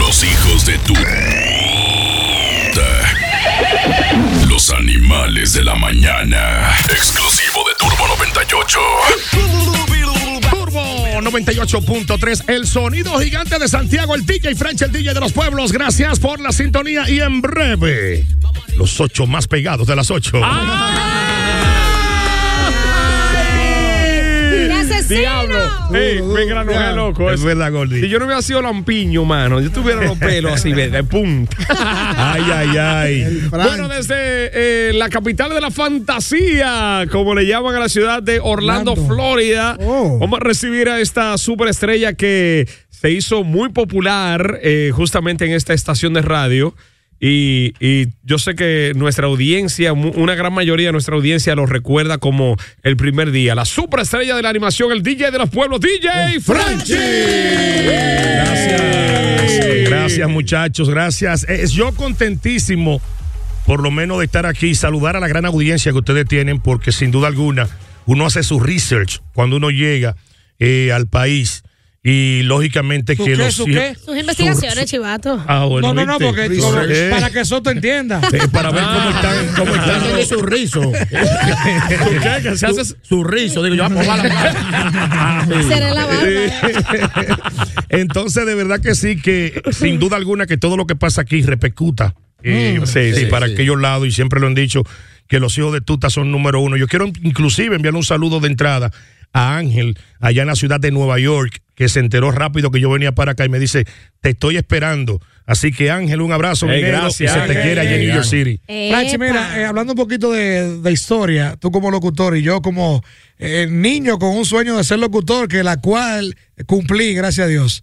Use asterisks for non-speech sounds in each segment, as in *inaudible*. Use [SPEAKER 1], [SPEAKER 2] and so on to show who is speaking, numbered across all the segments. [SPEAKER 1] Los hijos de tu Los animales de la mañana. Exclusivo de Turbo 98.
[SPEAKER 2] Turbo 98.3, el sonido gigante de Santiago, el DJ French, el DJ de los pueblos. Gracias por la sintonía y en breve, los ocho más pegados de las ocho.
[SPEAKER 3] ¡Ay!
[SPEAKER 4] asesino!
[SPEAKER 3] Diablo. Ey, me granujé loco.
[SPEAKER 2] Es
[SPEAKER 3] eso.
[SPEAKER 2] verdad, Gordy.
[SPEAKER 3] Si yo no hubiera sido lampiño, mano, yo tuviera los pelos así *laughs* de, de punta.
[SPEAKER 2] Ay, ay, ay.
[SPEAKER 5] Frank.
[SPEAKER 3] Bueno, desde eh, la capital de la fantasía, como le llaman a la ciudad de Orlando,
[SPEAKER 5] Orlando.
[SPEAKER 3] Florida,
[SPEAKER 5] Oh.
[SPEAKER 3] vamos a recibir a esta superestrella que se hizo muy popular eh, justamente en esta estación de radio. Y, y yo sé que nuestra audiencia, mu- una gran mayoría de nuestra audiencia lo recuerda como el primer día. La superestrella de la animación, el DJ de los pueblos, DJ
[SPEAKER 2] Gracias.
[SPEAKER 3] Franchi.
[SPEAKER 2] Gracias, muchachos. Gracias. Eh, Es yo contentísimo, por lo menos, de estar aquí, saludar a la gran audiencia que ustedes tienen, porque sin duda alguna, uno hace su research cuando uno llega eh, al país. Y lógicamente que
[SPEAKER 6] qué,
[SPEAKER 2] los
[SPEAKER 6] su
[SPEAKER 2] hij-
[SPEAKER 6] qué?
[SPEAKER 4] Sus investigaciones, chivato.
[SPEAKER 2] Ah, bueno,
[SPEAKER 6] No, no, no,
[SPEAKER 2] ¿viste?
[SPEAKER 6] porque
[SPEAKER 2] Eh,
[SPEAKER 6] como- para Ah. que Soto entienda.
[SPEAKER 2] eh, para ver cómo están, cómo están los-
[SPEAKER 5] su rizo.
[SPEAKER 3] ¿Qué? ¿Se hace-
[SPEAKER 5] Su rizo. Digo, yo, ah, pues, va la-
[SPEAKER 4] Seré la barba.
[SPEAKER 2] *laughs* Entonces, de verdad que sí, que sin duda alguna que todo lo que pasa aquí repercuta. eh, sí, sí,
[SPEAKER 5] Mm. sí,
[SPEAKER 2] para
[SPEAKER 5] sí.
[SPEAKER 2] aquellos lados, y siempre lo han dicho, que los hijos de Tuta son número uno. Yo quiero inclusive enviarle un saludo de entrada a Ángel, allá en la ciudad de Nueva York, que se enteró rápido que yo venía para acá y me dice, te estoy esperando. Así que Ángel, un abrazo,
[SPEAKER 3] Ey,
[SPEAKER 2] mi negro,
[SPEAKER 3] gracias,
[SPEAKER 2] y se te
[SPEAKER 3] Ángel.
[SPEAKER 2] quiere allá en New York City.
[SPEAKER 4] Epa.
[SPEAKER 6] Franchi, mira, eh, hablando un poquito de, de historia, tú como locutor y yo como eh, niño con un sueño de ser locutor, que la cual cumplí, gracias a Dios.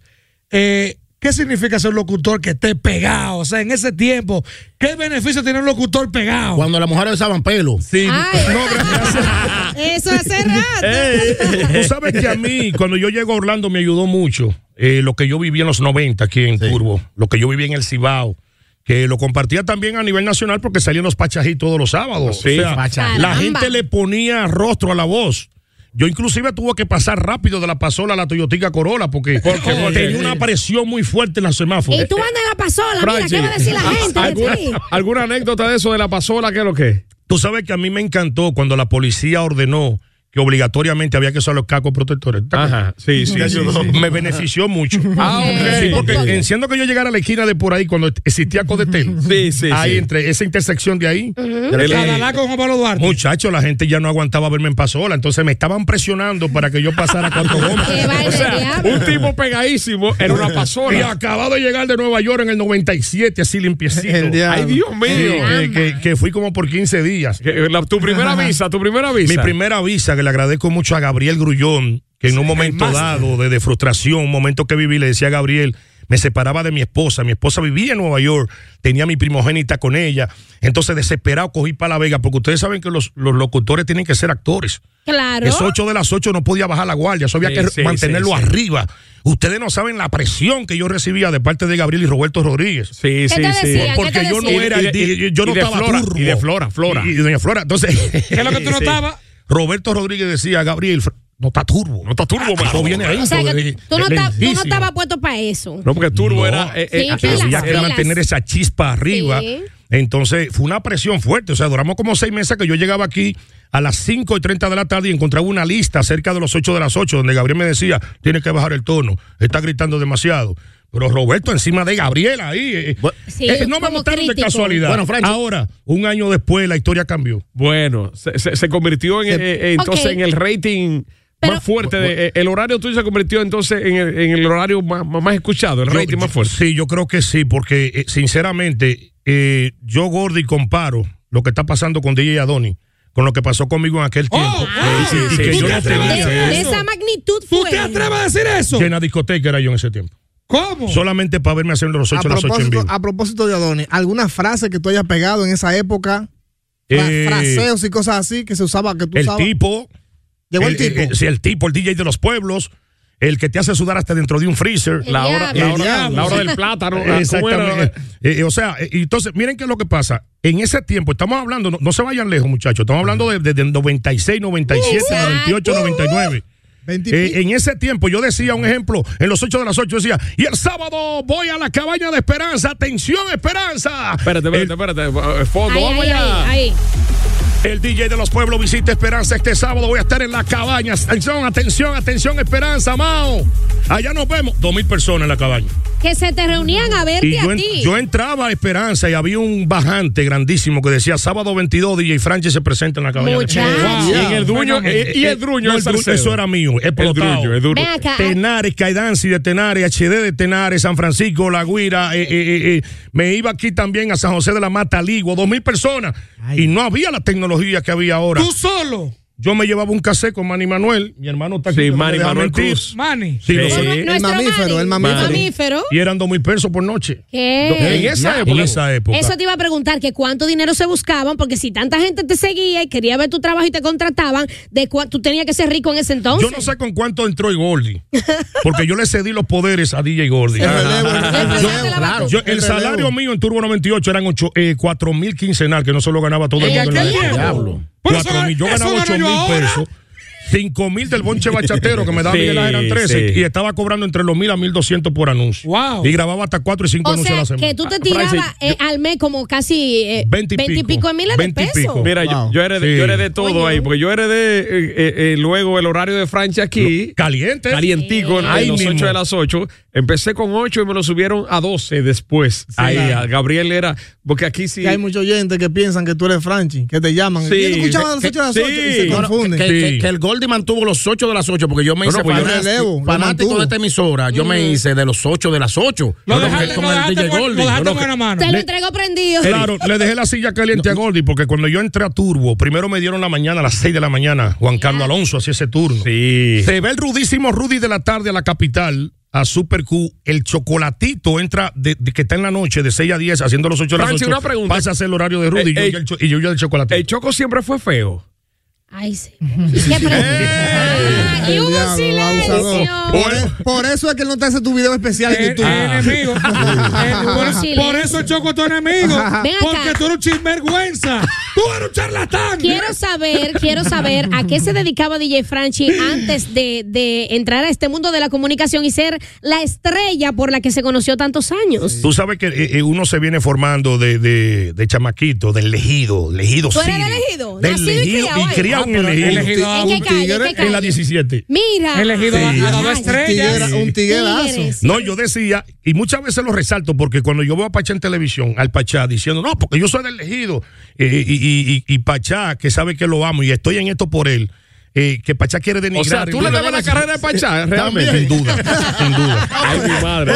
[SPEAKER 6] Eh, ¿Qué significa ser locutor que esté pegado? O sea, en ese tiempo, ¿qué beneficio tiene un locutor pegado?
[SPEAKER 5] Cuando las mujeres usaban pelo.
[SPEAKER 2] Sí,
[SPEAKER 4] Ay.
[SPEAKER 2] no, gracias.
[SPEAKER 4] Eso hace rato.
[SPEAKER 2] Tú sabes que a mí, cuando yo llego a Orlando, me ayudó mucho eh, lo que yo viví en los 90 aquí en Turbo, lo que yo viví en el Cibao, que lo compartía también a nivel nacional porque salían los pachají todos los sábados.
[SPEAKER 3] Sí,
[SPEAKER 2] o sea,
[SPEAKER 5] pachají.
[SPEAKER 2] la
[SPEAKER 4] Caramba.
[SPEAKER 2] gente le ponía rostro a la voz. Yo inclusive tuve que pasar rápido de la pasola a la Toyotica Corolla porque, tenía una presión muy fuerte en los semáforos.
[SPEAKER 4] Y tú andas en la pasola, mira,
[SPEAKER 3] Franchi,
[SPEAKER 4] ¿qué va a decir la gente de
[SPEAKER 3] ¿alguna,
[SPEAKER 4] ti?
[SPEAKER 3] alguna anécdota de eso de la pasola? ¿Qué es lo que?
[SPEAKER 2] Tú sabes que a mí me encantó cuando la policía ordenó que obligatoriamente había que usar los cacos protectores. ¿Te acuerdas?
[SPEAKER 3] Ajá, sí, sí.
[SPEAKER 2] Me
[SPEAKER 3] sí,
[SPEAKER 2] ayudó,
[SPEAKER 3] sí.
[SPEAKER 2] Me benefició mucho.
[SPEAKER 3] *laughs* Ah, ok.
[SPEAKER 2] Sí, porque enciendo que yo llegara a la esquina de por ahí cuando existía Codetel.
[SPEAKER 3] *laughs* Sí, sí,
[SPEAKER 2] Ahí
[SPEAKER 3] sí.
[SPEAKER 2] entre esa intersección de ahí. era que-
[SPEAKER 6] Adalá con Juan Pablo Duarte.
[SPEAKER 2] Muchacho, la gente ya no aguantaba verme en pasola, entonces me estaban presionando para que yo pasara
[SPEAKER 3] *laughs*
[SPEAKER 2] cuatro gomas.
[SPEAKER 4] Qué vaina
[SPEAKER 3] O
[SPEAKER 4] de
[SPEAKER 3] sea,
[SPEAKER 4] diablo.
[SPEAKER 3] un tipo pegadísimo era una
[SPEAKER 2] Y
[SPEAKER 3] pasola.
[SPEAKER 2] acababa de llegar de Nueva York en el 97, así limpiecito.
[SPEAKER 7] El diablo.
[SPEAKER 3] Ay, Dios mío.
[SPEAKER 2] Que, que- que fui como por 15 días.
[SPEAKER 3] Que la- tu primera visa, tu primera visa.
[SPEAKER 2] Mi primera visa, que le agradezco mucho a Gabriel Grullón, que en un momento dado de, de frustración, un momento que viví, le decía a Gabriel, me separaba de mi esposa. Mi esposa vivía en Nueva York, tenía mi primogénita con ella. Entonces, desesperado, cogí para La Vega, porque ustedes saben que los, los locutores tienen que ser actores.
[SPEAKER 4] Claro.
[SPEAKER 2] Es 8 de las 8 no podía bajar la guardia, eso había
[SPEAKER 3] Sí,
[SPEAKER 2] que
[SPEAKER 3] sí,
[SPEAKER 2] mantenerlo
[SPEAKER 3] sí, sí.
[SPEAKER 2] arriba. Ustedes no saben la presión que yo recibía de parte de Gabriel y Roberto Rodríguez.
[SPEAKER 3] Sí,
[SPEAKER 4] ¿Qué
[SPEAKER 3] sí,
[SPEAKER 4] te
[SPEAKER 3] sí.
[SPEAKER 4] decían?
[SPEAKER 2] Porque
[SPEAKER 4] ¿Qué te
[SPEAKER 2] yo no
[SPEAKER 4] decían?
[SPEAKER 2] era
[SPEAKER 3] Y
[SPEAKER 2] el
[SPEAKER 3] de-
[SPEAKER 2] di-
[SPEAKER 3] y-
[SPEAKER 2] yo no
[SPEAKER 3] y de
[SPEAKER 2] estaba
[SPEAKER 3] Flora,
[SPEAKER 2] turbo.
[SPEAKER 3] y de Flora, Flora.
[SPEAKER 2] Y, y doña Flora. Entonces, *laughs*
[SPEAKER 6] ¿Qué es lo que tú no
[SPEAKER 3] Sí.
[SPEAKER 6] estabas?
[SPEAKER 2] Roberto Rodríguez decía, Gabriel, Fr- no está turbo, no está turbo, pero viene ahí.
[SPEAKER 4] O sea, que
[SPEAKER 2] porque-
[SPEAKER 4] tú no,
[SPEAKER 2] eh,
[SPEAKER 4] ta- tú no
[SPEAKER 2] lentísimo.
[SPEAKER 4] estabas puesto para eso.
[SPEAKER 3] No, porque Turbo
[SPEAKER 2] No.
[SPEAKER 3] era. eh, eh,
[SPEAKER 4] Sí,
[SPEAKER 3] ah,
[SPEAKER 4] pilas,
[SPEAKER 2] Había que
[SPEAKER 4] pilas.
[SPEAKER 2] mantener esa chispa arriba.
[SPEAKER 4] Sí.
[SPEAKER 2] Entonces, fue una presión fuerte. O sea, duramos como seis meses que yo llegaba aquí a las 5 y 30 de la tarde y encontraba una lista cerca de los 8 de las 8, donde Gabriel me decía, tiene que bajar el tono, está gritando demasiado. Pero Roberto encima de Gabriel ahí. eh,
[SPEAKER 4] Sí,
[SPEAKER 2] eh, no me
[SPEAKER 4] como
[SPEAKER 2] votaron de
[SPEAKER 4] crítico.
[SPEAKER 2] casualidad.
[SPEAKER 5] Bueno, Franchi.
[SPEAKER 2] Ahora, un año después, la historia cambió.
[SPEAKER 3] Bueno, se, se- se convirtió en, eh, eh, entonces
[SPEAKER 4] Ok.
[SPEAKER 3] en el rating
[SPEAKER 4] Pero-
[SPEAKER 3] más fuerte. de- eh, el horario tuyo se convirtió entonces en el, en el horario más, más- más escuchado, el
[SPEAKER 2] Yo-
[SPEAKER 3] rating más
[SPEAKER 2] yo-
[SPEAKER 3] fuerte.
[SPEAKER 2] Sí, yo creo que sí, porque eh, sinceramente, eh, yo gordo y comparo lo que está pasando con DJ Adoni con lo que pasó conmigo en aquel tiempo.
[SPEAKER 6] ah,
[SPEAKER 2] Sí, sí,
[SPEAKER 3] sí,
[SPEAKER 2] que
[SPEAKER 3] sí,
[SPEAKER 2] yo
[SPEAKER 3] sí,
[SPEAKER 2] no
[SPEAKER 3] sí.
[SPEAKER 4] De,
[SPEAKER 2] tenía
[SPEAKER 4] de esa magnitud
[SPEAKER 6] ¿Tú
[SPEAKER 4] fue.
[SPEAKER 6] te atreves a decir eso?
[SPEAKER 2] llena discoteca era yo en ese tiempo.
[SPEAKER 6] ¿Cómo?
[SPEAKER 2] Solamente para verme hacer los
[SPEAKER 7] A
[SPEAKER 2] 8 a las 8 en
[SPEAKER 7] propósito,
[SPEAKER 2] vivo.
[SPEAKER 7] Oh. a propósito de Adonis, ¿alguna frase que tú hayas pegado en esa época? Fra-
[SPEAKER 2] Eh,
[SPEAKER 7] fraseos y cosas así que se usaba, que tú
[SPEAKER 2] el
[SPEAKER 7] usabas.
[SPEAKER 2] tipo.
[SPEAKER 7] Llegó el, tipo.
[SPEAKER 2] eh, sí, el tipo, el DJ de los pueblos, el que te hace sudar hasta dentro de un freezer.
[SPEAKER 4] El
[SPEAKER 3] La hora, la
[SPEAKER 4] diablo.
[SPEAKER 3] hora,
[SPEAKER 7] diablo.
[SPEAKER 3] la hora del plátano.
[SPEAKER 7] *laughs*
[SPEAKER 3] la- ¿cómo era?
[SPEAKER 2] Exactamente. Eh, eh, o sea, eh, entonces, miren qué es lo que pasa. En ese tiempo, estamos hablando, no, no se vayan lejos, muchachos, estamos hablando de- desde el 96, 97,
[SPEAKER 4] Exacto.
[SPEAKER 2] 98, 99.
[SPEAKER 7] 20 y
[SPEAKER 2] Eh,
[SPEAKER 7] pico.
[SPEAKER 2] en ese tiempo yo decía un ejemplo, en los 8 de las 8 decía, y el sábado voy a la cabaña de Esperanza, atención Esperanza.
[SPEAKER 3] Espérate, espérate, espérate. eh, Fondo,
[SPEAKER 4] Ahí,
[SPEAKER 3] vamos
[SPEAKER 4] ahí,
[SPEAKER 3] allá.
[SPEAKER 4] ahí, ahí.
[SPEAKER 2] El DJ de los pueblos visita Esperanza este sábado. Voy a estar en la cabaña. Atención, atención, atención, Esperanza, Mao. Allá nos vemos. Dos mil personas en la cabaña.
[SPEAKER 4] Que se te reunían a verte
[SPEAKER 2] Y
[SPEAKER 4] a
[SPEAKER 2] yo, en-
[SPEAKER 4] ti.
[SPEAKER 2] yo entraba a Esperanza y había un bajante grandísimo que decía sábado 22 DJ Franchi se presenta en la cabaña. de
[SPEAKER 4] Muchacho.
[SPEAKER 2] Esperanza".
[SPEAKER 3] Y en el duño, eh, y el druño,
[SPEAKER 2] No,
[SPEAKER 3] el
[SPEAKER 2] el druño,
[SPEAKER 3] salsero.
[SPEAKER 2] eso era mío,
[SPEAKER 3] El
[SPEAKER 2] explotado.
[SPEAKER 3] druño, el druño.
[SPEAKER 4] Ven acá.
[SPEAKER 2] Tenares, Caidanzi de Tenares, HD de Tenares, San Francisco, La Guira, eh, eh, eh, eh. me iba aquí también a San José de la Mata, Ligo, dos mil personas. Y no había la tecnología que había ahora.
[SPEAKER 6] ¿Tú solo?
[SPEAKER 2] Yo me llevaba un casé con Manny Manuel, mi hermano está aquí.
[SPEAKER 3] Sí,
[SPEAKER 2] no me
[SPEAKER 3] Manny
[SPEAKER 2] deja
[SPEAKER 3] Manuel
[SPEAKER 2] mentir.
[SPEAKER 3] Cruz.
[SPEAKER 6] Manny.
[SPEAKER 2] Sí, lo
[SPEAKER 3] Sí.
[SPEAKER 2] sé.
[SPEAKER 7] el mamífero, el
[SPEAKER 4] mamífero.
[SPEAKER 7] mamífero.
[SPEAKER 2] Y eran dos mil pesos por noche.
[SPEAKER 4] ¿Qué?
[SPEAKER 3] En esa
[SPEAKER 2] En
[SPEAKER 3] época.
[SPEAKER 2] esa época.
[SPEAKER 4] Eso te iba a preguntar, que cuánto dinero se buscaban, porque si tanta gente te seguía y quería ver tu trabajo y te contrataban, de cua- tú tenías que ser rico en ese entonces.
[SPEAKER 2] Yo no sé con cuánto entró el Gordy. Porque yo le cedí los poderes a DJ Gordy.
[SPEAKER 7] El relevo, el
[SPEAKER 4] Ajá.
[SPEAKER 7] relevo,
[SPEAKER 4] Yo- claro.
[SPEAKER 2] Yo-
[SPEAKER 7] el
[SPEAKER 2] el salario
[SPEAKER 7] relevo.
[SPEAKER 2] mío en Turbo 98 eran ocho, eh, 4 mil quincenal, que no se lo ganaba todo el
[SPEAKER 6] ¿En
[SPEAKER 2] mundo. en la
[SPEAKER 6] aquel
[SPEAKER 2] época.
[SPEAKER 6] tiempo?
[SPEAKER 5] Diablo.
[SPEAKER 6] Pero
[SPEAKER 2] Cuatro
[SPEAKER 6] eso-
[SPEAKER 2] mil. Yo
[SPEAKER 6] eso
[SPEAKER 2] ganaba
[SPEAKER 6] gano
[SPEAKER 2] 8
[SPEAKER 6] yo
[SPEAKER 2] mil
[SPEAKER 6] ahora.
[SPEAKER 2] pesos. 5 mil del bonche bachatero que me daba
[SPEAKER 3] Sí,
[SPEAKER 2] Miguel Ángel eran 13
[SPEAKER 3] sí.
[SPEAKER 2] y estaba cobrando entre los mil a 1200 por anuncio.
[SPEAKER 6] Wow.
[SPEAKER 2] Y grababa hasta 4 y 5
[SPEAKER 4] O
[SPEAKER 2] anuncios a
[SPEAKER 4] sea,
[SPEAKER 2] la semana.
[SPEAKER 4] que tú te
[SPEAKER 3] Ah, Francis,
[SPEAKER 4] tirabas eh, al mes como casi eh,
[SPEAKER 2] 20
[SPEAKER 4] 20
[SPEAKER 2] y
[SPEAKER 4] y
[SPEAKER 2] pico.
[SPEAKER 4] pico de miles
[SPEAKER 2] 20 y
[SPEAKER 4] de pesos.
[SPEAKER 2] pico.
[SPEAKER 3] Mira, yo,
[SPEAKER 7] Wow.
[SPEAKER 3] yo heredé,
[SPEAKER 2] Sí.
[SPEAKER 3] yo heredé todo
[SPEAKER 4] Oye.
[SPEAKER 3] ahí, porque yo heredé eh, eh, eh, luego el horario de Francia aquí.
[SPEAKER 2] Caliente.
[SPEAKER 3] Calientico, en-
[SPEAKER 2] Ahí
[SPEAKER 3] en los
[SPEAKER 2] mismo.
[SPEAKER 3] 8 de las 8. Empecé con 8 y me lo subieron a 12 después. Ahí, a Gabriel era. Porque aquí sí.
[SPEAKER 7] Que hay muchos oyentes que piensan que tú eres Franchi, que te llaman.
[SPEAKER 3] Sí.
[SPEAKER 7] Yo te escuchaba a las
[SPEAKER 3] Que-
[SPEAKER 7] 8 de las
[SPEAKER 3] sí.
[SPEAKER 7] 8 y se
[SPEAKER 3] No, no,
[SPEAKER 7] confunden.
[SPEAKER 5] Que, que-
[SPEAKER 2] Sí.
[SPEAKER 5] que el Goldie mantuvo los 8 de las 8, porque yo me
[SPEAKER 3] No, no,
[SPEAKER 5] hice
[SPEAKER 3] pues yo
[SPEAKER 5] fanático,
[SPEAKER 7] relevo, lo
[SPEAKER 5] fanático
[SPEAKER 7] mantuvo.
[SPEAKER 5] de esta emisora. Yo me hice de los 8 de las 8.
[SPEAKER 6] Mm. Lo dejaste, lo dejaste bu- lo dejaste en buena mano.
[SPEAKER 4] Te lo entregó prendido.
[SPEAKER 2] Claro, le dejé la silla caliente a Gordy porque cuando yo entré a Turbo, primero me dieron la mañana a las 6 de la mañana. Juan Carlos Alonso hacía ese turno.
[SPEAKER 3] Sí.
[SPEAKER 2] Se ve el rudísimo Rudy de la tarde a la capital, a Super Q. El chocolatito entra, de, de- que está en la noche, de 6 a 10, haciendo los 8 de las
[SPEAKER 3] Franchi,
[SPEAKER 2] 8.
[SPEAKER 3] una pregunta.
[SPEAKER 2] Pasa a ser el horario de Rudy
[SPEAKER 3] Eh,
[SPEAKER 2] y, yo,
[SPEAKER 3] eh,
[SPEAKER 2] ya el cho- y yo ya el chocolatito.
[SPEAKER 3] El Choco siempre fue feo.
[SPEAKER 4] Ay, sí. Qué
[SPEAKER 2] ¡Eh!
[SPEAKER 4] pregunta. Y
[SPEAKER 7] El
[SPEAKER 4] hubo
[SPEAKER 7] diablo, abusador.
[SPEAKER 4] silencio.
[SPEAKER 7] Por, e- por eso es que él no te hace tu video especial
[SPEAKER 3] Eh,
[SPEAKER 7] en
[SPEAKER 6] El,
[SPEAKER 7] YouTube.
[SPEAKER 3] ah,
[SPEAKER 6] el enemigo. El-
[SPEAKER 3] *laughs*
[SPEAKER 6] por, eso-
[SPEAKER 4] Silencio.
[SPEAKER 6] por eso Choco es tu enemigo.
[SPEAKER 4] Ven acá.
[SPEAKER 6] Porque tú eres un chisvergüenza. Tú eres un charlatán.
[SPEAKER 4] Quiero saber, quiero saber a qué se dedicaba DJ Franchi antes de, de entrar a este mundo de la comunicación y ser la estrella por la que se conoció tantos años.
[SPEAKER 2] Tú sabes que eh, eh, uno se viene formando de, de, de chamaquito, del elegido, elegido
[SPEAKER 4] ¿Tú eres
[SPEAKER 2] sirio,
[SPEAKER 4] del Ejido?
[SPEAKER 2] Del
[SPEAKER 4] Nacido y
[SPEAKER 2] elegido y criado,
[SPEAKER 4] criado ahí.
[SPEAKER 2] había un elegido
[SPEAKER 7] elegido a
[SPEAKER 4] Es que Ah,
[SPEAKER 7] un
[SPEAKER 4] calle, es que
[SPEAKER 7] tigre.
[SPEAKER 4] calle.
[SPEAKER 2] en la 17.
[SPEAKER 4] Mira.
[SPEAKER 6] Elegido a- a dos estrellas.
[SPEAKER 7] Tigre, Ah, un tiguerazo.
[SPEAKER 4] Tigres.
[SPEAKER 2] No, yo decía, y muchas veces lo resalto, porque cuando yo veo a Pachá en televisión, al Pachá diciendo, no, porque yo soy del elegido, eh, y, y, y- y Pachá, que sabe que lo amo y estoy en esto por él, eh, que Pachá quiere
[SPEAKER 3] O
[SPEAKER 2] denigrar.
[SPEAKER 3] sea, tú le debes la carrera de Pachá,
[SPEAKER 2] Realmente,
[SPEAKER 3] realmente.
[SPEAKER 2] Eh, sin duda, sin duda.
[SPEAKER 3] *laughs* Ay, mi madre.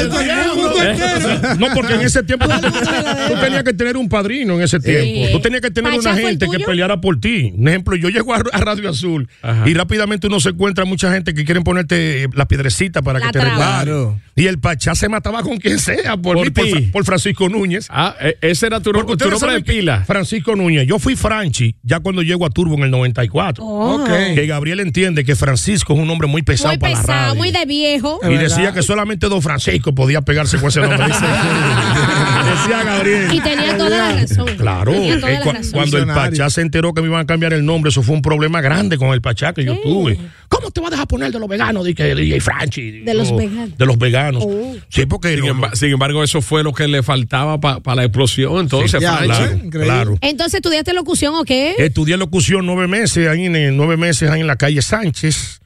[SPEAKER 2] No, porque en ese
[SPEAKER 3] *laughs*
[SPEAKER 2] tiempo tú tenías que tener un padrino en ese tiempo. Tú tenías que tener
[SPEAKER 4] Pachá
[SPEAKER 2] una
[SPEAKER 4] fue el
[SPEAKER 2] gente que
[SPEAKER 4] tuyo.
[SPEAKER 2] peleara por ti. Un ejemplo, yo llego a, a Radio Azul
[SPEAKER 3] Ajá.
[SPEAKER 2] y rápidamente uno se encuentra mucha gente que quieren ponerte eh, la piedrecita para
[SPEAKER 4] La
[SPEAKER 2] que te
[SPEAKER 4] traba.
[SPEAKER 2] reparen. Y el Pachá se mataba con quien sea por,
[SPEAKER 3] Por
[SPEAKER 2] mí, por
[SPEAKER 3] ti.
[SPEAKER 2] Fra- por Francisco Núñez.
[SPEAKER 3] Ah, eh, ese era tu,
[SPEAKER 2] Porque
[SPEAKER 3] nom- tu
[SPEAKER 2] ustedes
[SPEAKER 3] nombre de
[SPEAKER 2] saben que-
[SPEAKER 3] pila.
[SPEAKER 2] Francisco Núñez. Yo fui Franchi ya cuando llego a Turbo en el 94.
[SPEAKER 6] Ok.
[SPEAKER 2] Que Gabriel entiende que Francisco es un hombre muy pesado
[SPEAKER 4] Oh. Muy
[SPEAKER 2] para la
[SPEAKER 4] pesado,
[SPEAKER 2] radio.
[SPEAKER 4] muy de viejo.
[SPEAKER 2] Y decía que solamente Don Francisco podía pegarse con ese nombre.
[SPEAKER 4] *laughs*
[SPEAKER 2] Dice- *laughs* decía Gabriel.
[SPEAKER 4] Y tenía toda la razón.
[SPEAKER 2] Claro,
[SPEAKER 4] Tenía toda
[SPEAKER 2] eh,
[SPEAKER 4] la
[SPEAKER 2] cua-
[SPEAKER 4] razón.
[SPEAKER 2] cuando el Pachá se enteró que me iban a cambiar el nombre, eso fue un problema grande con el Pachá que yo tuve. ¿Cómo te vas a dejar poner de los veganos? Dije, DJ Franchi.
[SPEAKER 4] De los veganos. Oh.
[SPEAKER 2] De los veganos. Sí, porque.
[SPEAKER 3] Sin,
[SPEAKER 2] lo-
[SPEAKER 3] emba- sin embargo, eso fue lo que le faltaba para la explosión. Entonces,
[SPEAKER 2] Sí,
[SPEAKER 3] Franchi.
[SPEAKER 2] claro,
[SPEAKER 7] increíble.
[SPEAKER 2] claro.
[SPEAKER 4] Entonces, ¿estudiaste locución o qué?
[SPEAKER 2] Estudié locución nueve meses, ahí en, eh, nueve meses ahí en la calle Sánchez,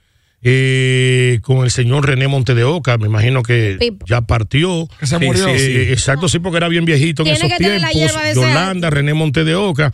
[SPEAKER 2] eh, con el señor René Monte de Oca, me imagino que
[SPEAKER 4] Pip.
[SPEAKER 2] ya partió.
[SPEAKER 6] Que se
[SPEAKER 2] Sí,
[SPEAKER 6] murió.
[SPEAKER 2] sí, eh, exacto, sí, porque era bien viejito en
[SPEAKER 4] Tiene
[SPEAKER 2] esos
[SPEAKER 4] que tener la
[SPEAKER 2] tiempos.
[SPEAKER 4] hierba de
[SPEAKER 2] Yolanda, René Monte de Oca.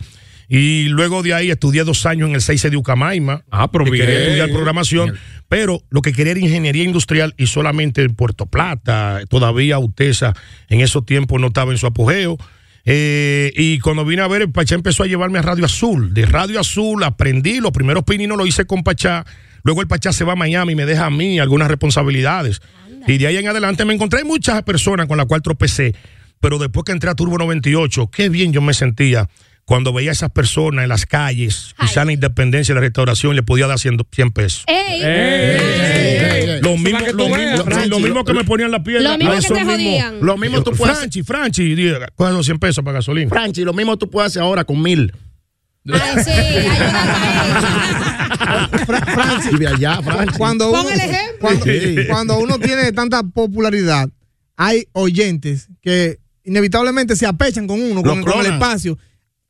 [SPEAKER 2] Y luego de ahí estudié dos años en el 6 de Ucamaima.
[SPEAKER 3] Ah, pero
[SPEAKER 2] que quería
[SPEAKER 3] bien.
[SPEAKER 2] estudiar programación, pero lo que quería era ingeniería industrial y solamente en Puerto Plata, todavía UTESA en esos tiempos no estaba en su apogeo. Eh, y cuando vine a ver, el Pachá empezó a llevarme a Radio Azul. De Radio Azul aprendí, los primeros pininos lo hice con Pachá. Luego el Pachá se va a Miami y me deja a mí algunas responsabilidades. Y de ahí en adelante me encontré muchas personas con las cuales tropecé. Pero después que entré a Turbo 98, qué bien yo me sentía cuando veía a esas personas en las calles,
[SPEAKER 4] Ay.
[SPEAKER 2] quizá en la independencia, en la restauración, le podía dar 100, 100 pesos.
[SPEAKER 4] ¡Ey!
[SPEAKER 2] eh. Lo mismo,
[SPEAKER 6] para que tú
[SPEAKER 2] lo,
[SPEAKER 6] veas,
[SPEAKER 2] mismo,
[SPEAKER 6] Franchi.
[SPEAKER 2] lo mismo que me ponían la piel.
[SPEAKER 4] Lo mismo que te jodían.
[SPEAKER 2] Lo mismo tú puedes. Franchi, Franchi, diga, coge esos 100 pesos para gasolina.
[SPEAKER 5] Franchi, lo mismo tú puedes hacer ahora con
[SPEAKER 4] *laughs*
[SPEAKER 5] mil.
[SPEAKER 4] Ay, sí, ayúdame.
[SPEAKER 2] *laughs*
[SPEAKER 5] Fra- Franchi, ve allá,
[SPEAKER 3] *laughs*
[SPEAKER 5] Franchi.
[SPEAKER 7] Cuando uno,
[SPEAKER 4] Pon el ejemplo.
[SPEAKER 7] cuando,
[SPEAKER 5] Sí.
[SPEAKER 7] cuando uno tiene tanta popularidad, hay oyentes que inevitablemente se apechan con uno,
[SPEAKER 2] Lo
[SPEAKER 7] con, con el
[SPEAKER 2] clonan.
[SPEAKER 7] espacio.